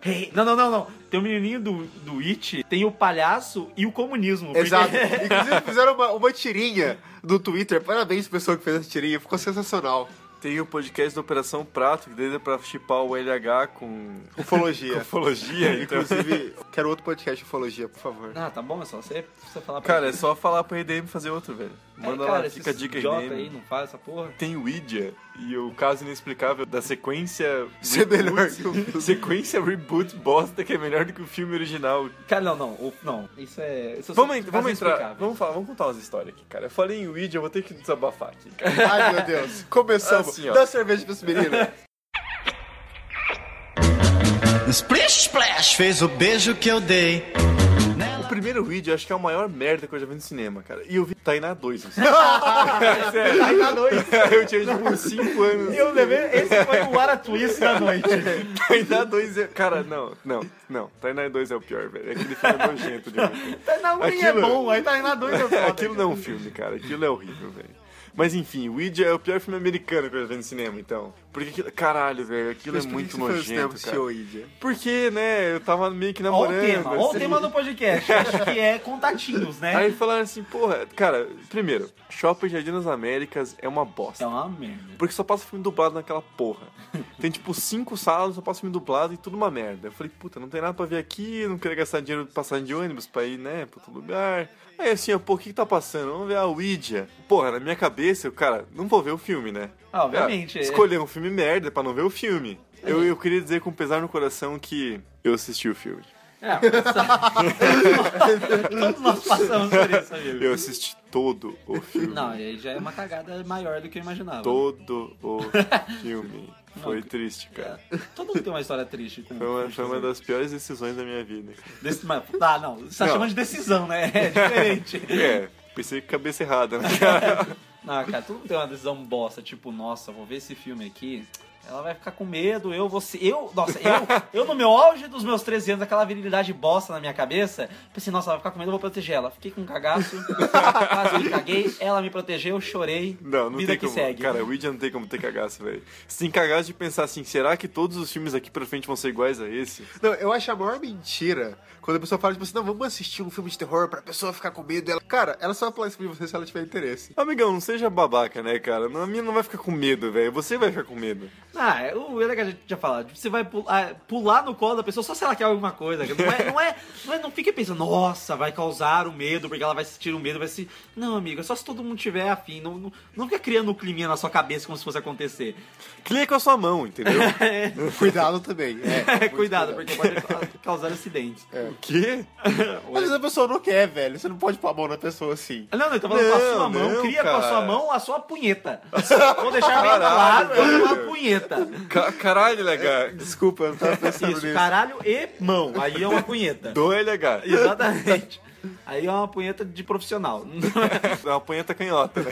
S2: Hey, não, não, não, não. Tem o menininho do, do It, tem o palhaço e o comunismo. porque-
S6: Exato. Inclusive, fizeram uma, uma tirinha no Twitter. Parabéns, pessoa que fez essa tirinha. Ficou sensacional.
S1: Tem o podcast da Operação Prato, que daí dá pra chipar o LH com
S6: Ufologia.
S1: ufologia. Então.
S6: Inclusive, quero outro podcast de ufologia, por favor.
S2: Ah, tá bom, é só você, você falar pra
S1: Cara, é só falar pro RDM fazer outro, velho.
S2: É,
S1: Manda
S2: cara,
S1: lá,
S2: esses
S1: fica a dica
S2: idiota
S1: RDM.
S2: aí, não faz essa porra.
S1: Tem o Idia e o caso inexplicável da sequência.
S6: Isso é melhor que o
S1: reboot, Sequência reboot bosta que é melhor do que o filme original.
S2: Cara, não, não, o- não. Isso é. Isso é
S1: Vamos, en-
S2: quase
S1: vamos entrar.
S2: inexplicável.
S1: Vamos, falar, vamos contar umas histórias aqui, cara. Eu falei em Ouija, eu vou ter que desabafar aqui, cara.
S6: Ai, meu Deus. Começamos.
S1: Assim, ó.
S6: Dá cerveja pra esse menino.
S10: Splish Splash fez o beijo que eu dei.
S1: O primeiro Ouija eu acho que é a maior merda que eu já vi no cinema, cara. E eu vi Tainá 2. Assim. É
S2: Aí na noite.
S1: eu tinha tipo 5
S6: um
S1: anos.
S2: Eu levei. Esse foi o Ara Twist da noite.
S1: Tainá 2 é. Cara, não, não, não. Tainá 2 é o pior, velho. Aquele filme é nojento de ver.
S2: Tá na 1 é
S1: Aquilo-
S2: bom, aí tá na 2 é foda.
S1: Aquilo não é um filme, cara. Aquilo é horrível, velho. Mas enfim, Ouija é o pior filme americano que eu já vi no cinema, então. Porque, aquilo- caralho, velho, aquilo é muito nojento, cara.
S6: Cioídia.
S1: Porque, né, eu tava meio que
S2: Ó o
S1: namorando.
S2: tema, ó o
S1: assim.
S2: tema do podcast. Acho que é contatinhos, né?
S1: Aí falaram assim, porra, cara, primeiro, Shopping Jardim das Américas é uma bosta.
S2: É uma merda.
S1: Porque só passa filme dublado naquela porra. Tem tipo cinco salas, só passa filme dublado e tudo uma merda. Eu falei, puta, não tem nada pra ver aqui, não queria gastar dinheiro passando de ônibus pra ir, né, pra outro lugar. Aí assim, pô, o que, que tá passando? Vamos ver a Ouija. Porra, na minha cabeça, eu, cara, não vou ver o filme, né?
S2: Ah, obviamente,
S1: Cara,
S2: é.
S1: Escolher um filme merda pra não ver o filme. Eu, eu queria dizer com pesar no coração que eu assisti o filme.
S2: É, Todos nós passamos por isso, amigo.
S1: Eu assisti todo o filme.
S2: Não, e aí já é uma cagada maior do que eu imaginava.
S1: Todo o filme. Foi triste, cara.
S2: Todo mundo tem uma história triste com
S1: Foi uma, foi uma das piores decisões da minha vida.
S2: Desse, mas, tá, não. Você tá
S1: Não.
S2: chamando de decisão, né? É diferente.
S1: É, pensei que cabeça errada, né?
S2: Não, cara, todo mundo tem uma decisão bosta, tipo, nossa, vou ver esse filme aqui. Ela vai ficar com medo, eu vou ser. Eu, nossa, eu, eu no meu auge dos meus 13 anos, aquela virilidade bosta na minha cabeça, pensei, nossa, ela vai ficar com medo, eu vou proteger ela. Fiquei com um cagaço, quase me caguei, ela me protegeu, eu chorei.
S1: Não, não
S2: vida
S1: tem
S2: que
S1: como.
S2: segue.
S1: Cara, o Ouija não tem como ter cagaço, velho. Se tem cagaço de pensar assim, será que todos os filmes aqui pra frente vão ser iguais a esse?
S6: Não, eu acho a maior mentira quando a pessoa fala, tipo assim, não, vamos assistir um filme de terror pra pessoa ficar com medo dela. Cara, ela só vai falar isso pra você se ela tiver interesse.
S1: Amigão, não seja babaca, né, cara? Não, a minha não vai ficar com medo, velho. Você vai ficar com medo.
S2: Ah, é, o legal que a gente já fala, tipo, você vai pular, pular no colo da pessoa só se ela quer alguma coisa. cara. Não é, não é, não é, não fica pensando, nossa, vai causar o medo, porque ela vai sentir o medo, vai se. Não, amigo, é só se todo mundo tiver afim. Não, não, não fica criando um climinha na sua cabeça como se fosse acontecer.
S1: Clica com a sua mão, entendeu?
S6: Cuidado também. É.
S2: É, cuidado, porque pode ca- causar acidentes.
S1: O quê?
S6: Às vezes a pessoa não quer, velho. Você não pode pôr a mão na pessoa assim.
S2: Não, não, eu tô falando com a
S1: Não,
S2: sua mão,
S1: não,
S2: cria com a sua
S1: cara.
S2: mão a sua punheta. Vou deixar bem claro, é uma punheta.
S1: Ca- caralho,
S2: É.
S1: LH.
S6: Desculpa, eu não tava pensando
S2: Isso,
S6: nisso.
S2: caralho e mão. Aí é uma punheta.
S1: Do LH.
S2: Exatamente. Aí é uma punheta de profissional.
S1: Dá É uma punheta canhota, né?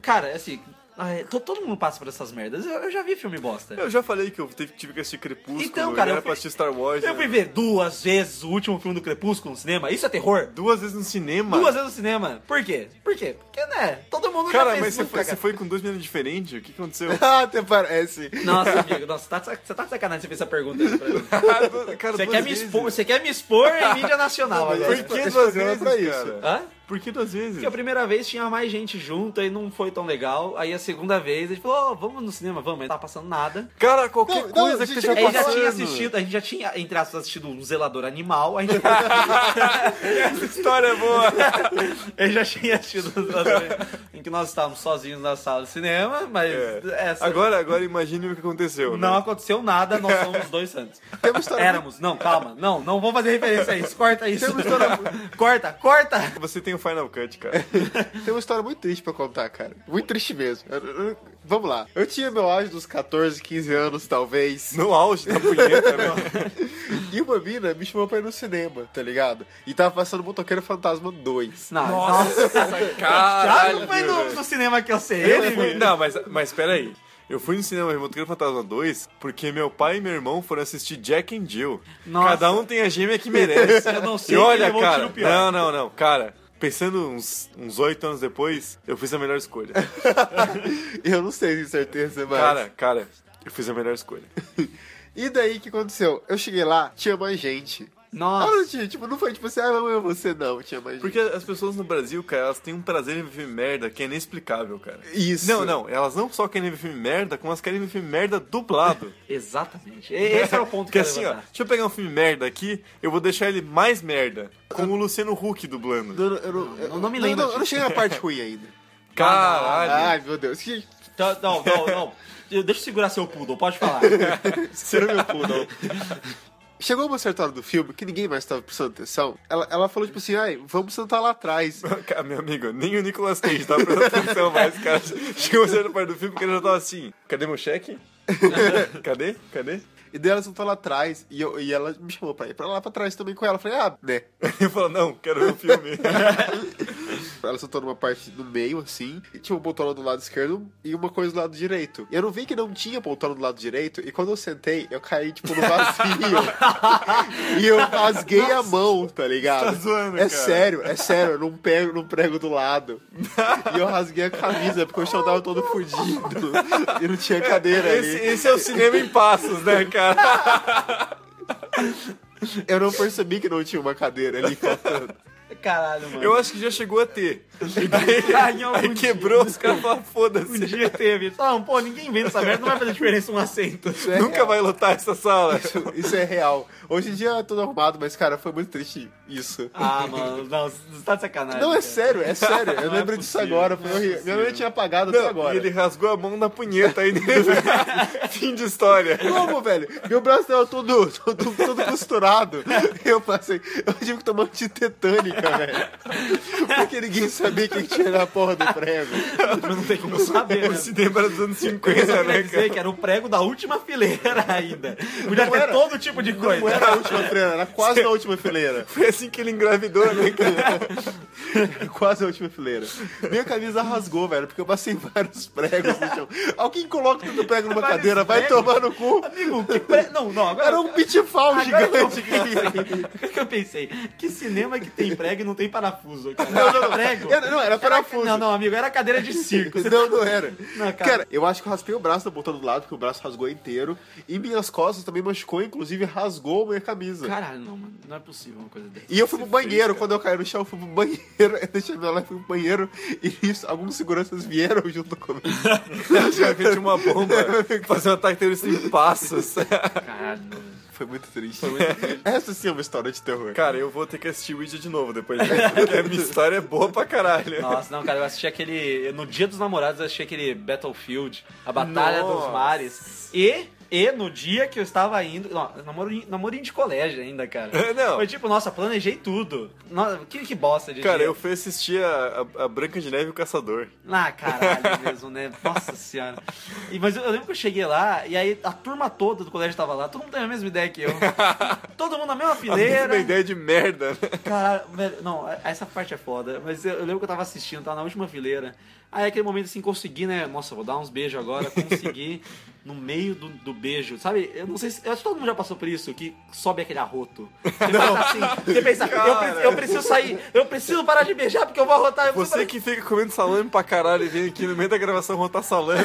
S2: Cara, assim, ai, to- todo mundo passa por essas merdas. Eu, eu já vi filme bosta.
S1: Eu já falei que eu tive, tive que assistir Crepúsculo.
S2: Então,
S1: eu
S2: cara,
S1: era
S2: eu fui-
S1: pra assistir Star Wars.
S2: Eu
S1: né?
S2: fui ver duas vezes o último filme do Crepúsculo no cinema. Isso é terror?
S1: duas vezes no cinema.
S2: Duas vezes no cinema. Por quê? Por quê? Porque, né, todo mundo já
S1: Cara,
S2: fez
S1: mas você
S2: muito
S1: foi, você
S2: cagada.
S1: foi com duas meninas diferentes? O que aconteceu?
S6: Ah, até parece.
S2: Nossa, amigo, nossa, tá de sac- você tá de sacanagem você fez essa pergunta aí pra mim.
S1: Ah, du- cara,
S2: Você
S1: duas
S2: quer, me
S1: vezes.
S2: expor, você quer me expor em mídia nacional
S1: Por
S2: agora.
S1: que
S6: Esse
S1: duas
S6: programa é
S1: vezes,
S6: pra isso.
S1: cara?
S2: Hã?
S1: Por que duas vezes?
S2: Porque a primeira vez tinha mais gente junto, aí não foi tão legal. Aí a segunda vez, a gente falou, "Ô, vamos no cinema, vamos. Aí não tava passando nada.
S1: Cara, qualquer
S6: Não, não,
S1: coisa que
S6: gente,
S1: esteja
S6: Tá
S2: Aí
S1: passando.
S2: já tinha assistido, a gente já tinha, entre aspas, assistido um zelador animal, a gente,
S1: Essa história é boa.
S2: a gente já tinha assistido um zelador animal, em que nós estávamos sozinhos na sala de cinema, mas
S1: É.
S2: essa
S1: Agora, agora imagine o que aconteceu.
S2: não
S1: né?
S2: aconteceu nada, nós somos dois santos.
S6: Tem uma história
S2: Éramos, não, calma, não, não vou fazer referência a isso, corta isso.
S6: Tem uma história
S2: corta, corta!
S1: Você tem o Final Cut, cara.
S6: Tem uma história muito triste pra contar, cara. Muito triste mesmo. Eu- eu- eu- Vamos lá. Eu tinha meu auge dos 14, 15 anos, talvez.
S1: No auge da punheta, né?
S6: E uma mina me chamou pra ir no cinema, tá ligado? E tava passando Motoqueiro Fantasma 2.
S2: Não, nossa,
S1: Caralho,
S2: não foi no,
S1: velho.
S2: no cinema que eu sei
S1: Eu
S2: ele,
S1: fui- Não, mas, mas peraí. Eu fui no cinema ver Motoqueiro Fantasma 2 porque meu pai e meu irmão foram assistir Jack and Jill.
S2: Nossa.
S1: Cada um tem a gêmea que merece.
S2: Eu não sei
S1: e
S2: quem
S1: olha,
S2: levou o
S1: cara,
S2: tiro pior.
S1: Não, não, não. Cara, pensando uns uns oito anos depois, eu fiz a melhor escolha.
S6: Eu não sei, tenho certeza, mas...
S1: Cara, cara, eu fiz a melhor escolha.
S6: E daí, o que aconteceu? Eu cheguei lá, tinha mais gente. Ah,
S2: Nossa,
S6: não tinha, tipo, não foi tipo assim, ah, não, eu você não, tinha mais gente.
S1: Porque as pessoas no Brasil, cara, elas têm um prazer em ver filme merda que é inexplicável, cara.
S6: Isso.
S1: Não, não, elas não só querem ver filme merda, como elas querem ver filme merda dublado.
S2: exatamente. E- Esse era o ponto
S1: Porque
S2: que, eu ia
S1: assim, ó,
S2: levantar.
S1: deixa eu pegar um filme merda aqui, eu vou deixar ele mais merda, com o Luciano Huck dublando.
S6: Eu, não- eu não- eu
S2: não me lembro
S6: Eu não, eu não
S2: disso.
S6: cheguei na parte ruim ainda.
S2: Ah.
S1: Caralho!
S6: Ai, meu Deus. Gente,
S2: Tá, Não, não, não. Eu- Deixa eu segurar seu poodle, pode falar.
S1: Será meu cu, não?
S6: Chegou uma certa hora do filme que ninguém mais tava prestando atenção. Ela, ela falou, tipo assim, ai, vamos sentar lá atrás.
S1: Cara, meu amigo, nem o Nicolas Cage tá prestando atenção mais, cara. Chegou certa parte do filme porque ele já tava assim, cadê meu cheque? Cadê? Cadê?
S6: E daí ela sentou lá atrás e, eu- e ela me chamou pra ir pra lá pra trás também com ela. Eu falei, ah, né.
S2: É
S1: Ele falou, não, quero ver o filme.
S6: ela soltou numa parte no meio, assim, e tinha uma poltrona do lado esquerdo e uma coisa do lado direito. Eu não vi que não tinha poltrona do lado direito, e quando eu sentei, eu caí, tipo, no vazio. e eu rasguei a mão, tá ligado?
S1: Tá zoando,
S6: é
S1: cara.
S6: sério, é sério, eu não pego, não prego do lado. e eu rasguei a camisa, porque o chão tava todo fudido. e não tinha cadeira ali.
S1: Esse, esse é o cinema em passos, né, cara?
S6: Eu não percebi que não tinha uma cadeira ali faltando.
S2: Caralho, mano.
S1: Eu acho que já chegou a ter. E daí,
S2: Ah, em algum
S1: aí
S2: dia.
S1: quebrou, os caras falaram,
S2: Um
S1: foda-se.
S2: dia teve. Falaram, pô, ninguém vende essa merda, não vai fazer diferença um assento.
S1: Nunca vai lotar essa sala.
S6: Isso é real. Hoje em dia é tudo arrumado, mas, cara, foi muito triste isso.
S2: Ah, mano, não, você tá de sacanagem.
S6: Não, é
S2: cara.
S6: sério, é sério. Eu
S2: Não é
S6: lembro disso
S2: possível,
S6: agora. Foi horrível. Minha mãe tinha apagado até
S1: Não,
S6: agora.
S1: e ele rasgou a mão na punheta aí. né? Fim de história.
S6: Como, velho? Meu braço tava todo, todo, todo costurado. Eu passei. Eu tive que tomar antitetânica, velho. Porque ninguém sabia quem tinha na porra do prego.
S2: Mas não tem como saber,
S1: O
S2: né?
S1: cinema dos anos
S2: Eu
S1: 50,
S2: só queria
S1: né,
S2: dizer
S1: cara?
S2: que era o prego da última fileira ainda. Podia
S6: é Não
S2: ter
S6: era-
S2: todo tipo de coisa.
S6: Não era a última fileira, era quase na última fileira.
S1: Foi assim que ele engravidou, né, cara?
S6: Quase a última fileira. Minha camisa rasgou, velho, porque eu passei vários pregos no chão. Alguém coloca tanto prego numa
S2: Vários
S6: cadeira, vai
S2: pregos?
S6: tomar no cu.
S2: Amigo, que pre... Não, não, agora...
S6: Era um pitifal
S2: Agora que eu
S6: gigante.
S2: pensei, agora que eu pensei, que cinema que tem prego e não tem parafuso, cara?
S6: Não, não, não.
S2: Prego?
S6: Era- não, era
S2: Era-
S6: parafuso.
S2: Não, não, amigo, era cadeira de circo. Você
S6: Não, não era.
S2: Não, cara.
S6: cara. eu acho que eu raspei o braço da botão do lado, porque o braço rasgou inteiro. E minhas costas também machucou, inclusive rasgou a minha camisa.
S2: Caralho, não, mano. Não é possível uma coisa dessa.
S6: E eu fui pro banheiro, quando eu caí no chão, eu fui pro banheiro, eu deixei minha lá fui pro banheiro, e isso, alguns seguranças vieram junto comigo.
S1: Já tinha uma bomba. Fazer um ataque terrorista em passos.
S2: Caralho, mano.
S6: Foi muito triste. Essa sim é uma história de terror.
S1: Cara, eu vou ter que assistir Ouija de novo depois disso, porque a minha história é boa pra caralho.
S2: Nossa, não, cara, eu assisti aquele. No Dia dos Namorados, eu assisti aquele Battlefield, a Batalha
S1: Nossa.
S2: dos Mares. E. E no dia que eu estava indo. Não, namorinho, namorinho de colégio ainda, cara.
S1: É, não.
S2: Foi tipo, nossa, planejei tudo. Nossa, que, que bosta de
S1: Cara,
S2: dia.
S1: eu fui assistir a, a- a Branca de Neve e o Caçador.
S2: Ah, caralho mesmo, né? Nossa senhora. E, mas eu, eu lembro que eu cheguei lá e aí a turma toda do colégio tava lá. Todo mundo tem a mesma ideia que eu. Todo mundo na mesma
S1: A
S2: fileira.
S1: mesma ideia de merda, né?
S2: Caralho, velho, não, essa parte é foda. Mas eu, eu lembro que eu tava assistindo, tava na última fileira. Aí aquele momento assim, consegui, né? Nossa, vou dar uns beijos agora. Consegui no meio do, do beijo, sabe? Eu não sei se. Eu acho que todo mundo já passou por isso, que sobe aquele arroto. Você pensa assim, você pensa, eu,
S1: Cara.
S2: pre- eu preciso sair, eu preciso parar de beijar porque eu vou arrotar. Eu preciso
S1: Você que fica comendo salame pra caralho e vem aqui no meio da gravação rotar salame.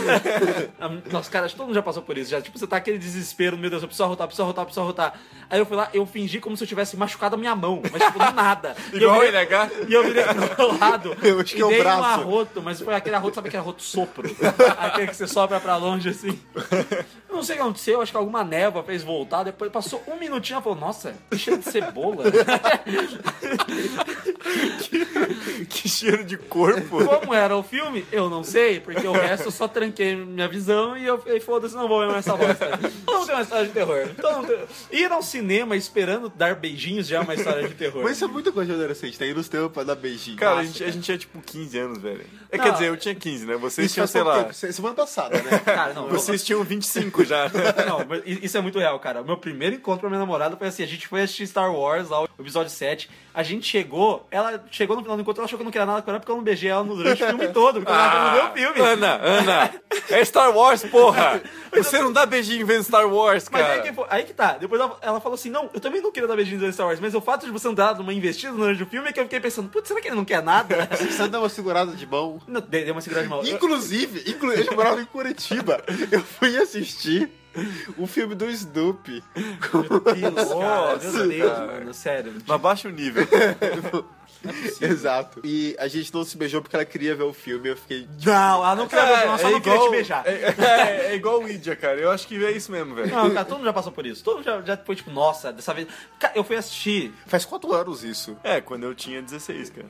S2: Ah, Nossa, cara, acho que todo mundo já passou por isso. Já, tipo, você tá aquele desespero, meu Deus, eu preciso arrotar, preciso arrotar, preciso arrotar. Aí eu fui lá, eu fingi como se eu tivesse machucado a minha mão, mas tipo, do nada. E eu
S1: Igual o
S2: virei-
S1: NH.
S2: E eu virei pro outro lado.
S6: Eu acho
S2: e
S6: que é o
S2: dei um
S6: braço.
S2: arroto, mas foi aquele arroto, sabe aquele arroto sopro? aquele que você sopra pra longe assim. Eu não sei o que aconteceu, acho que alguma névoa fez voltar, depois passou um minutinho, ela falou, nossa, que cheiro de cebola.
S1: Que cheiro de corpo.
S2: Como era o filme, eu não sei, porque o resto eu só tranquei minha visão e eu falei, foda-se, não vou ver mais essa bosta. Não tem uma história de terror. Então, não tem- ir ao cinema esperando dar beijinhos já é uma história de terror.
S6: Mas isso é muita coisa de adolescente, tá indo nos tempos pra dar beijinho. Ah,
S1: Cara, a
S2: Nossa,
S1: gente, a gente tinha tipo 15 anos, velho. É,
S2: Não.
S1: quer dizer, eu tinha 15, né? Vocês
S6: isso
S1: tinham,
S6: faz
S1: sei
S6: pouco
S1: lá.
S6: tempo, se- semana passada, né?
S2: Cara, não, eu-
S1: Vocês tinham 25 já.
S2: Não, mas i- isso é muito real, cara. O meu primeiro encontro com a minha namorada foi assim: a gente foi assistir Star Wars lá, o episódio 7. A gente chegou, ela chegou no final do encontro, ela achou que eu não queria nada com ela porque eu não beijei ela durante o filme todo, porque ela não
S1: Ah,
S2: meu filme.
S1: Ana, Ana, é Star Wars, porra! Você não dá beijinho vendo Star Wars,
S2: Mas
S1: cara.
S2: aí que, foi- aí que tá. Depois ela, ela falou assim: não, eu também não queria dar beijinhos no Star Wars, mas o fato de você não dar uma investida durante o filme é que eu fiquei pensando: putz, será que ele não quer nada?
S6: Você dá uma segurada de mão.
S2: não, dei, dei uma segurada de mão. Eu-
S6: Inclusive, inclu... eu morava em Curitiba. Eu fui assistir o filme do Snoopy.
S2: Meu Deus, cara, meu
S1: Nossa,
S2: Deus,
S1: cara.
S2: mano, sério.
S1: Mas baixa o nível.
S6: Exato. E a gente não se beijou porque ela queria ver o filme. Eu fiquei.
S2: Não, ela não queria beijar, ela só não queria te
S1: igual-
S2: beijar.
S1: É, é- é igual o Idia, cara. Eu acho que é isso mesmo, velho.
S2: Não, cara, todo mundo já passou por isso. Todo mundo já, já foi tipo, nossa, dessa vez. Cara, eu fui assistir.
S6: Faz quatro anos isso.
S1: É, quando eu tinha 16, cara.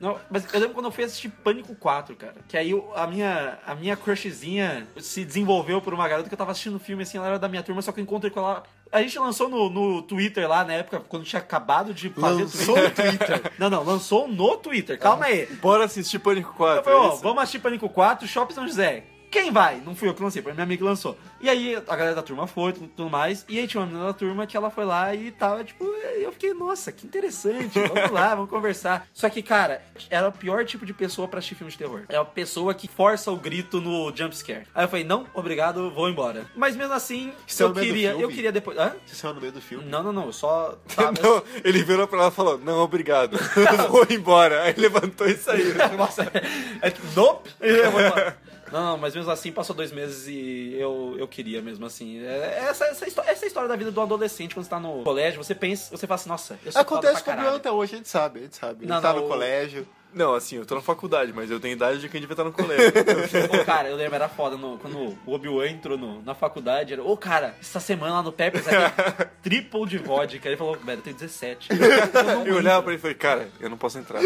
S2: Não, mas eu lembro quando eu fui assistir Pânico 4, cara. Que aí eu- a minha, a minha crushzinha se desenvolveu por uma garota que eu tava assistindo o filme, assim, ela era da minha turma, só que eu encontrei com ela. A gente lançou no, no Twitter lá na época, quando tinha acabado de fazer
S6: Lançou
S2: o
S6: no
S2: Twitter.
S6: Twitter. Ah.
S2: Não, não, lançou no Twitter, calma aí.
S1: Bora assistir Pânico
S2: Eu
S1: 4.
S2: falei,
S1: é
S2: ó,
S1: isso?
S2: vamos assistir Pânico 4, Shopping São José. Quem vai? Não fui eu que lancei, foi minha amiga que lançou. E aí a galera da turma foi, tudo, tudo mais. E aí tinha uma menina da turma que ela foi lá e tava, tipo, eu fiquei, nossa, que interessante, vamos lá, vamos conversar. Só que, cara, era o pior tipo de pessoa pra assistir filme de terror. É a pessoa que força o grito no jumpscare. Aí eu falei, não, obrigado, vou embora. Mas mesmo assim,
S6: Isso é
S2: eu
S6: no meio do
S2: queria, eu
S6: filme?
S2: queria depois. Hã?
S6: Você saiu no meio do filme.
S2: Não, não, não, eu só. tava-
S1: Não, Então, ele virou pra lá e falou, não, obrigado. Vou embora. Aí levantou e saiu.
S2: Nossa, é, é, nope! Eu vou embora. Não, não, mas mesmo assim passou dois meses e eu, eu queria mesmo assim. É, essa, essa, histó- essa é a história da vida do adolescente quando você tá no colégio, você pensa, você fala assim, nossa, eu sou
S6: Acontece com o
S2: foda pra
S6: Bion
S2: caralho.
S6: até hoje, a gente sabe, a gente sabe.
S2: Não,
S6: ele tá
S2: não,
S6: no
S2: o-
S6: colégio.
S1: Não, assim, eu tô na faculdade, mas eu tenho idade de quem devia estar no colégio.
S2: Ô, cara, eu lembro, era foda no- quando o Obi-Wan entrou no- na faculdade. Era, Ô, cara, essa semana lá no Peppers, aí, triple de vodka. Ele falou, velho, eu tenho 17. Eu não
S1: Eu olhava pra ele e falei, cara, eu não posso entrar.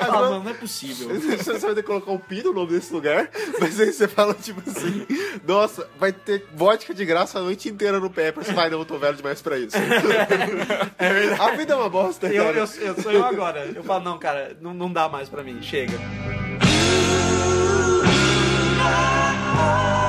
S2: Ah, mano, não é possível.
S6: Você não sabe até colocar o pi no nome desse lugar, mas aí você fala tipo assim: Nossa, vai ter vodka de graça a noite inteira no Peppers. Vai, não, eu tô velho demais pra isso. a vida é uma bosta,
S2: Eu,
S6: cara.
S2: eu, eu sou eu agora. Eu falo, não, cara, não, não dá mais pra mim, chega.
S8: Thank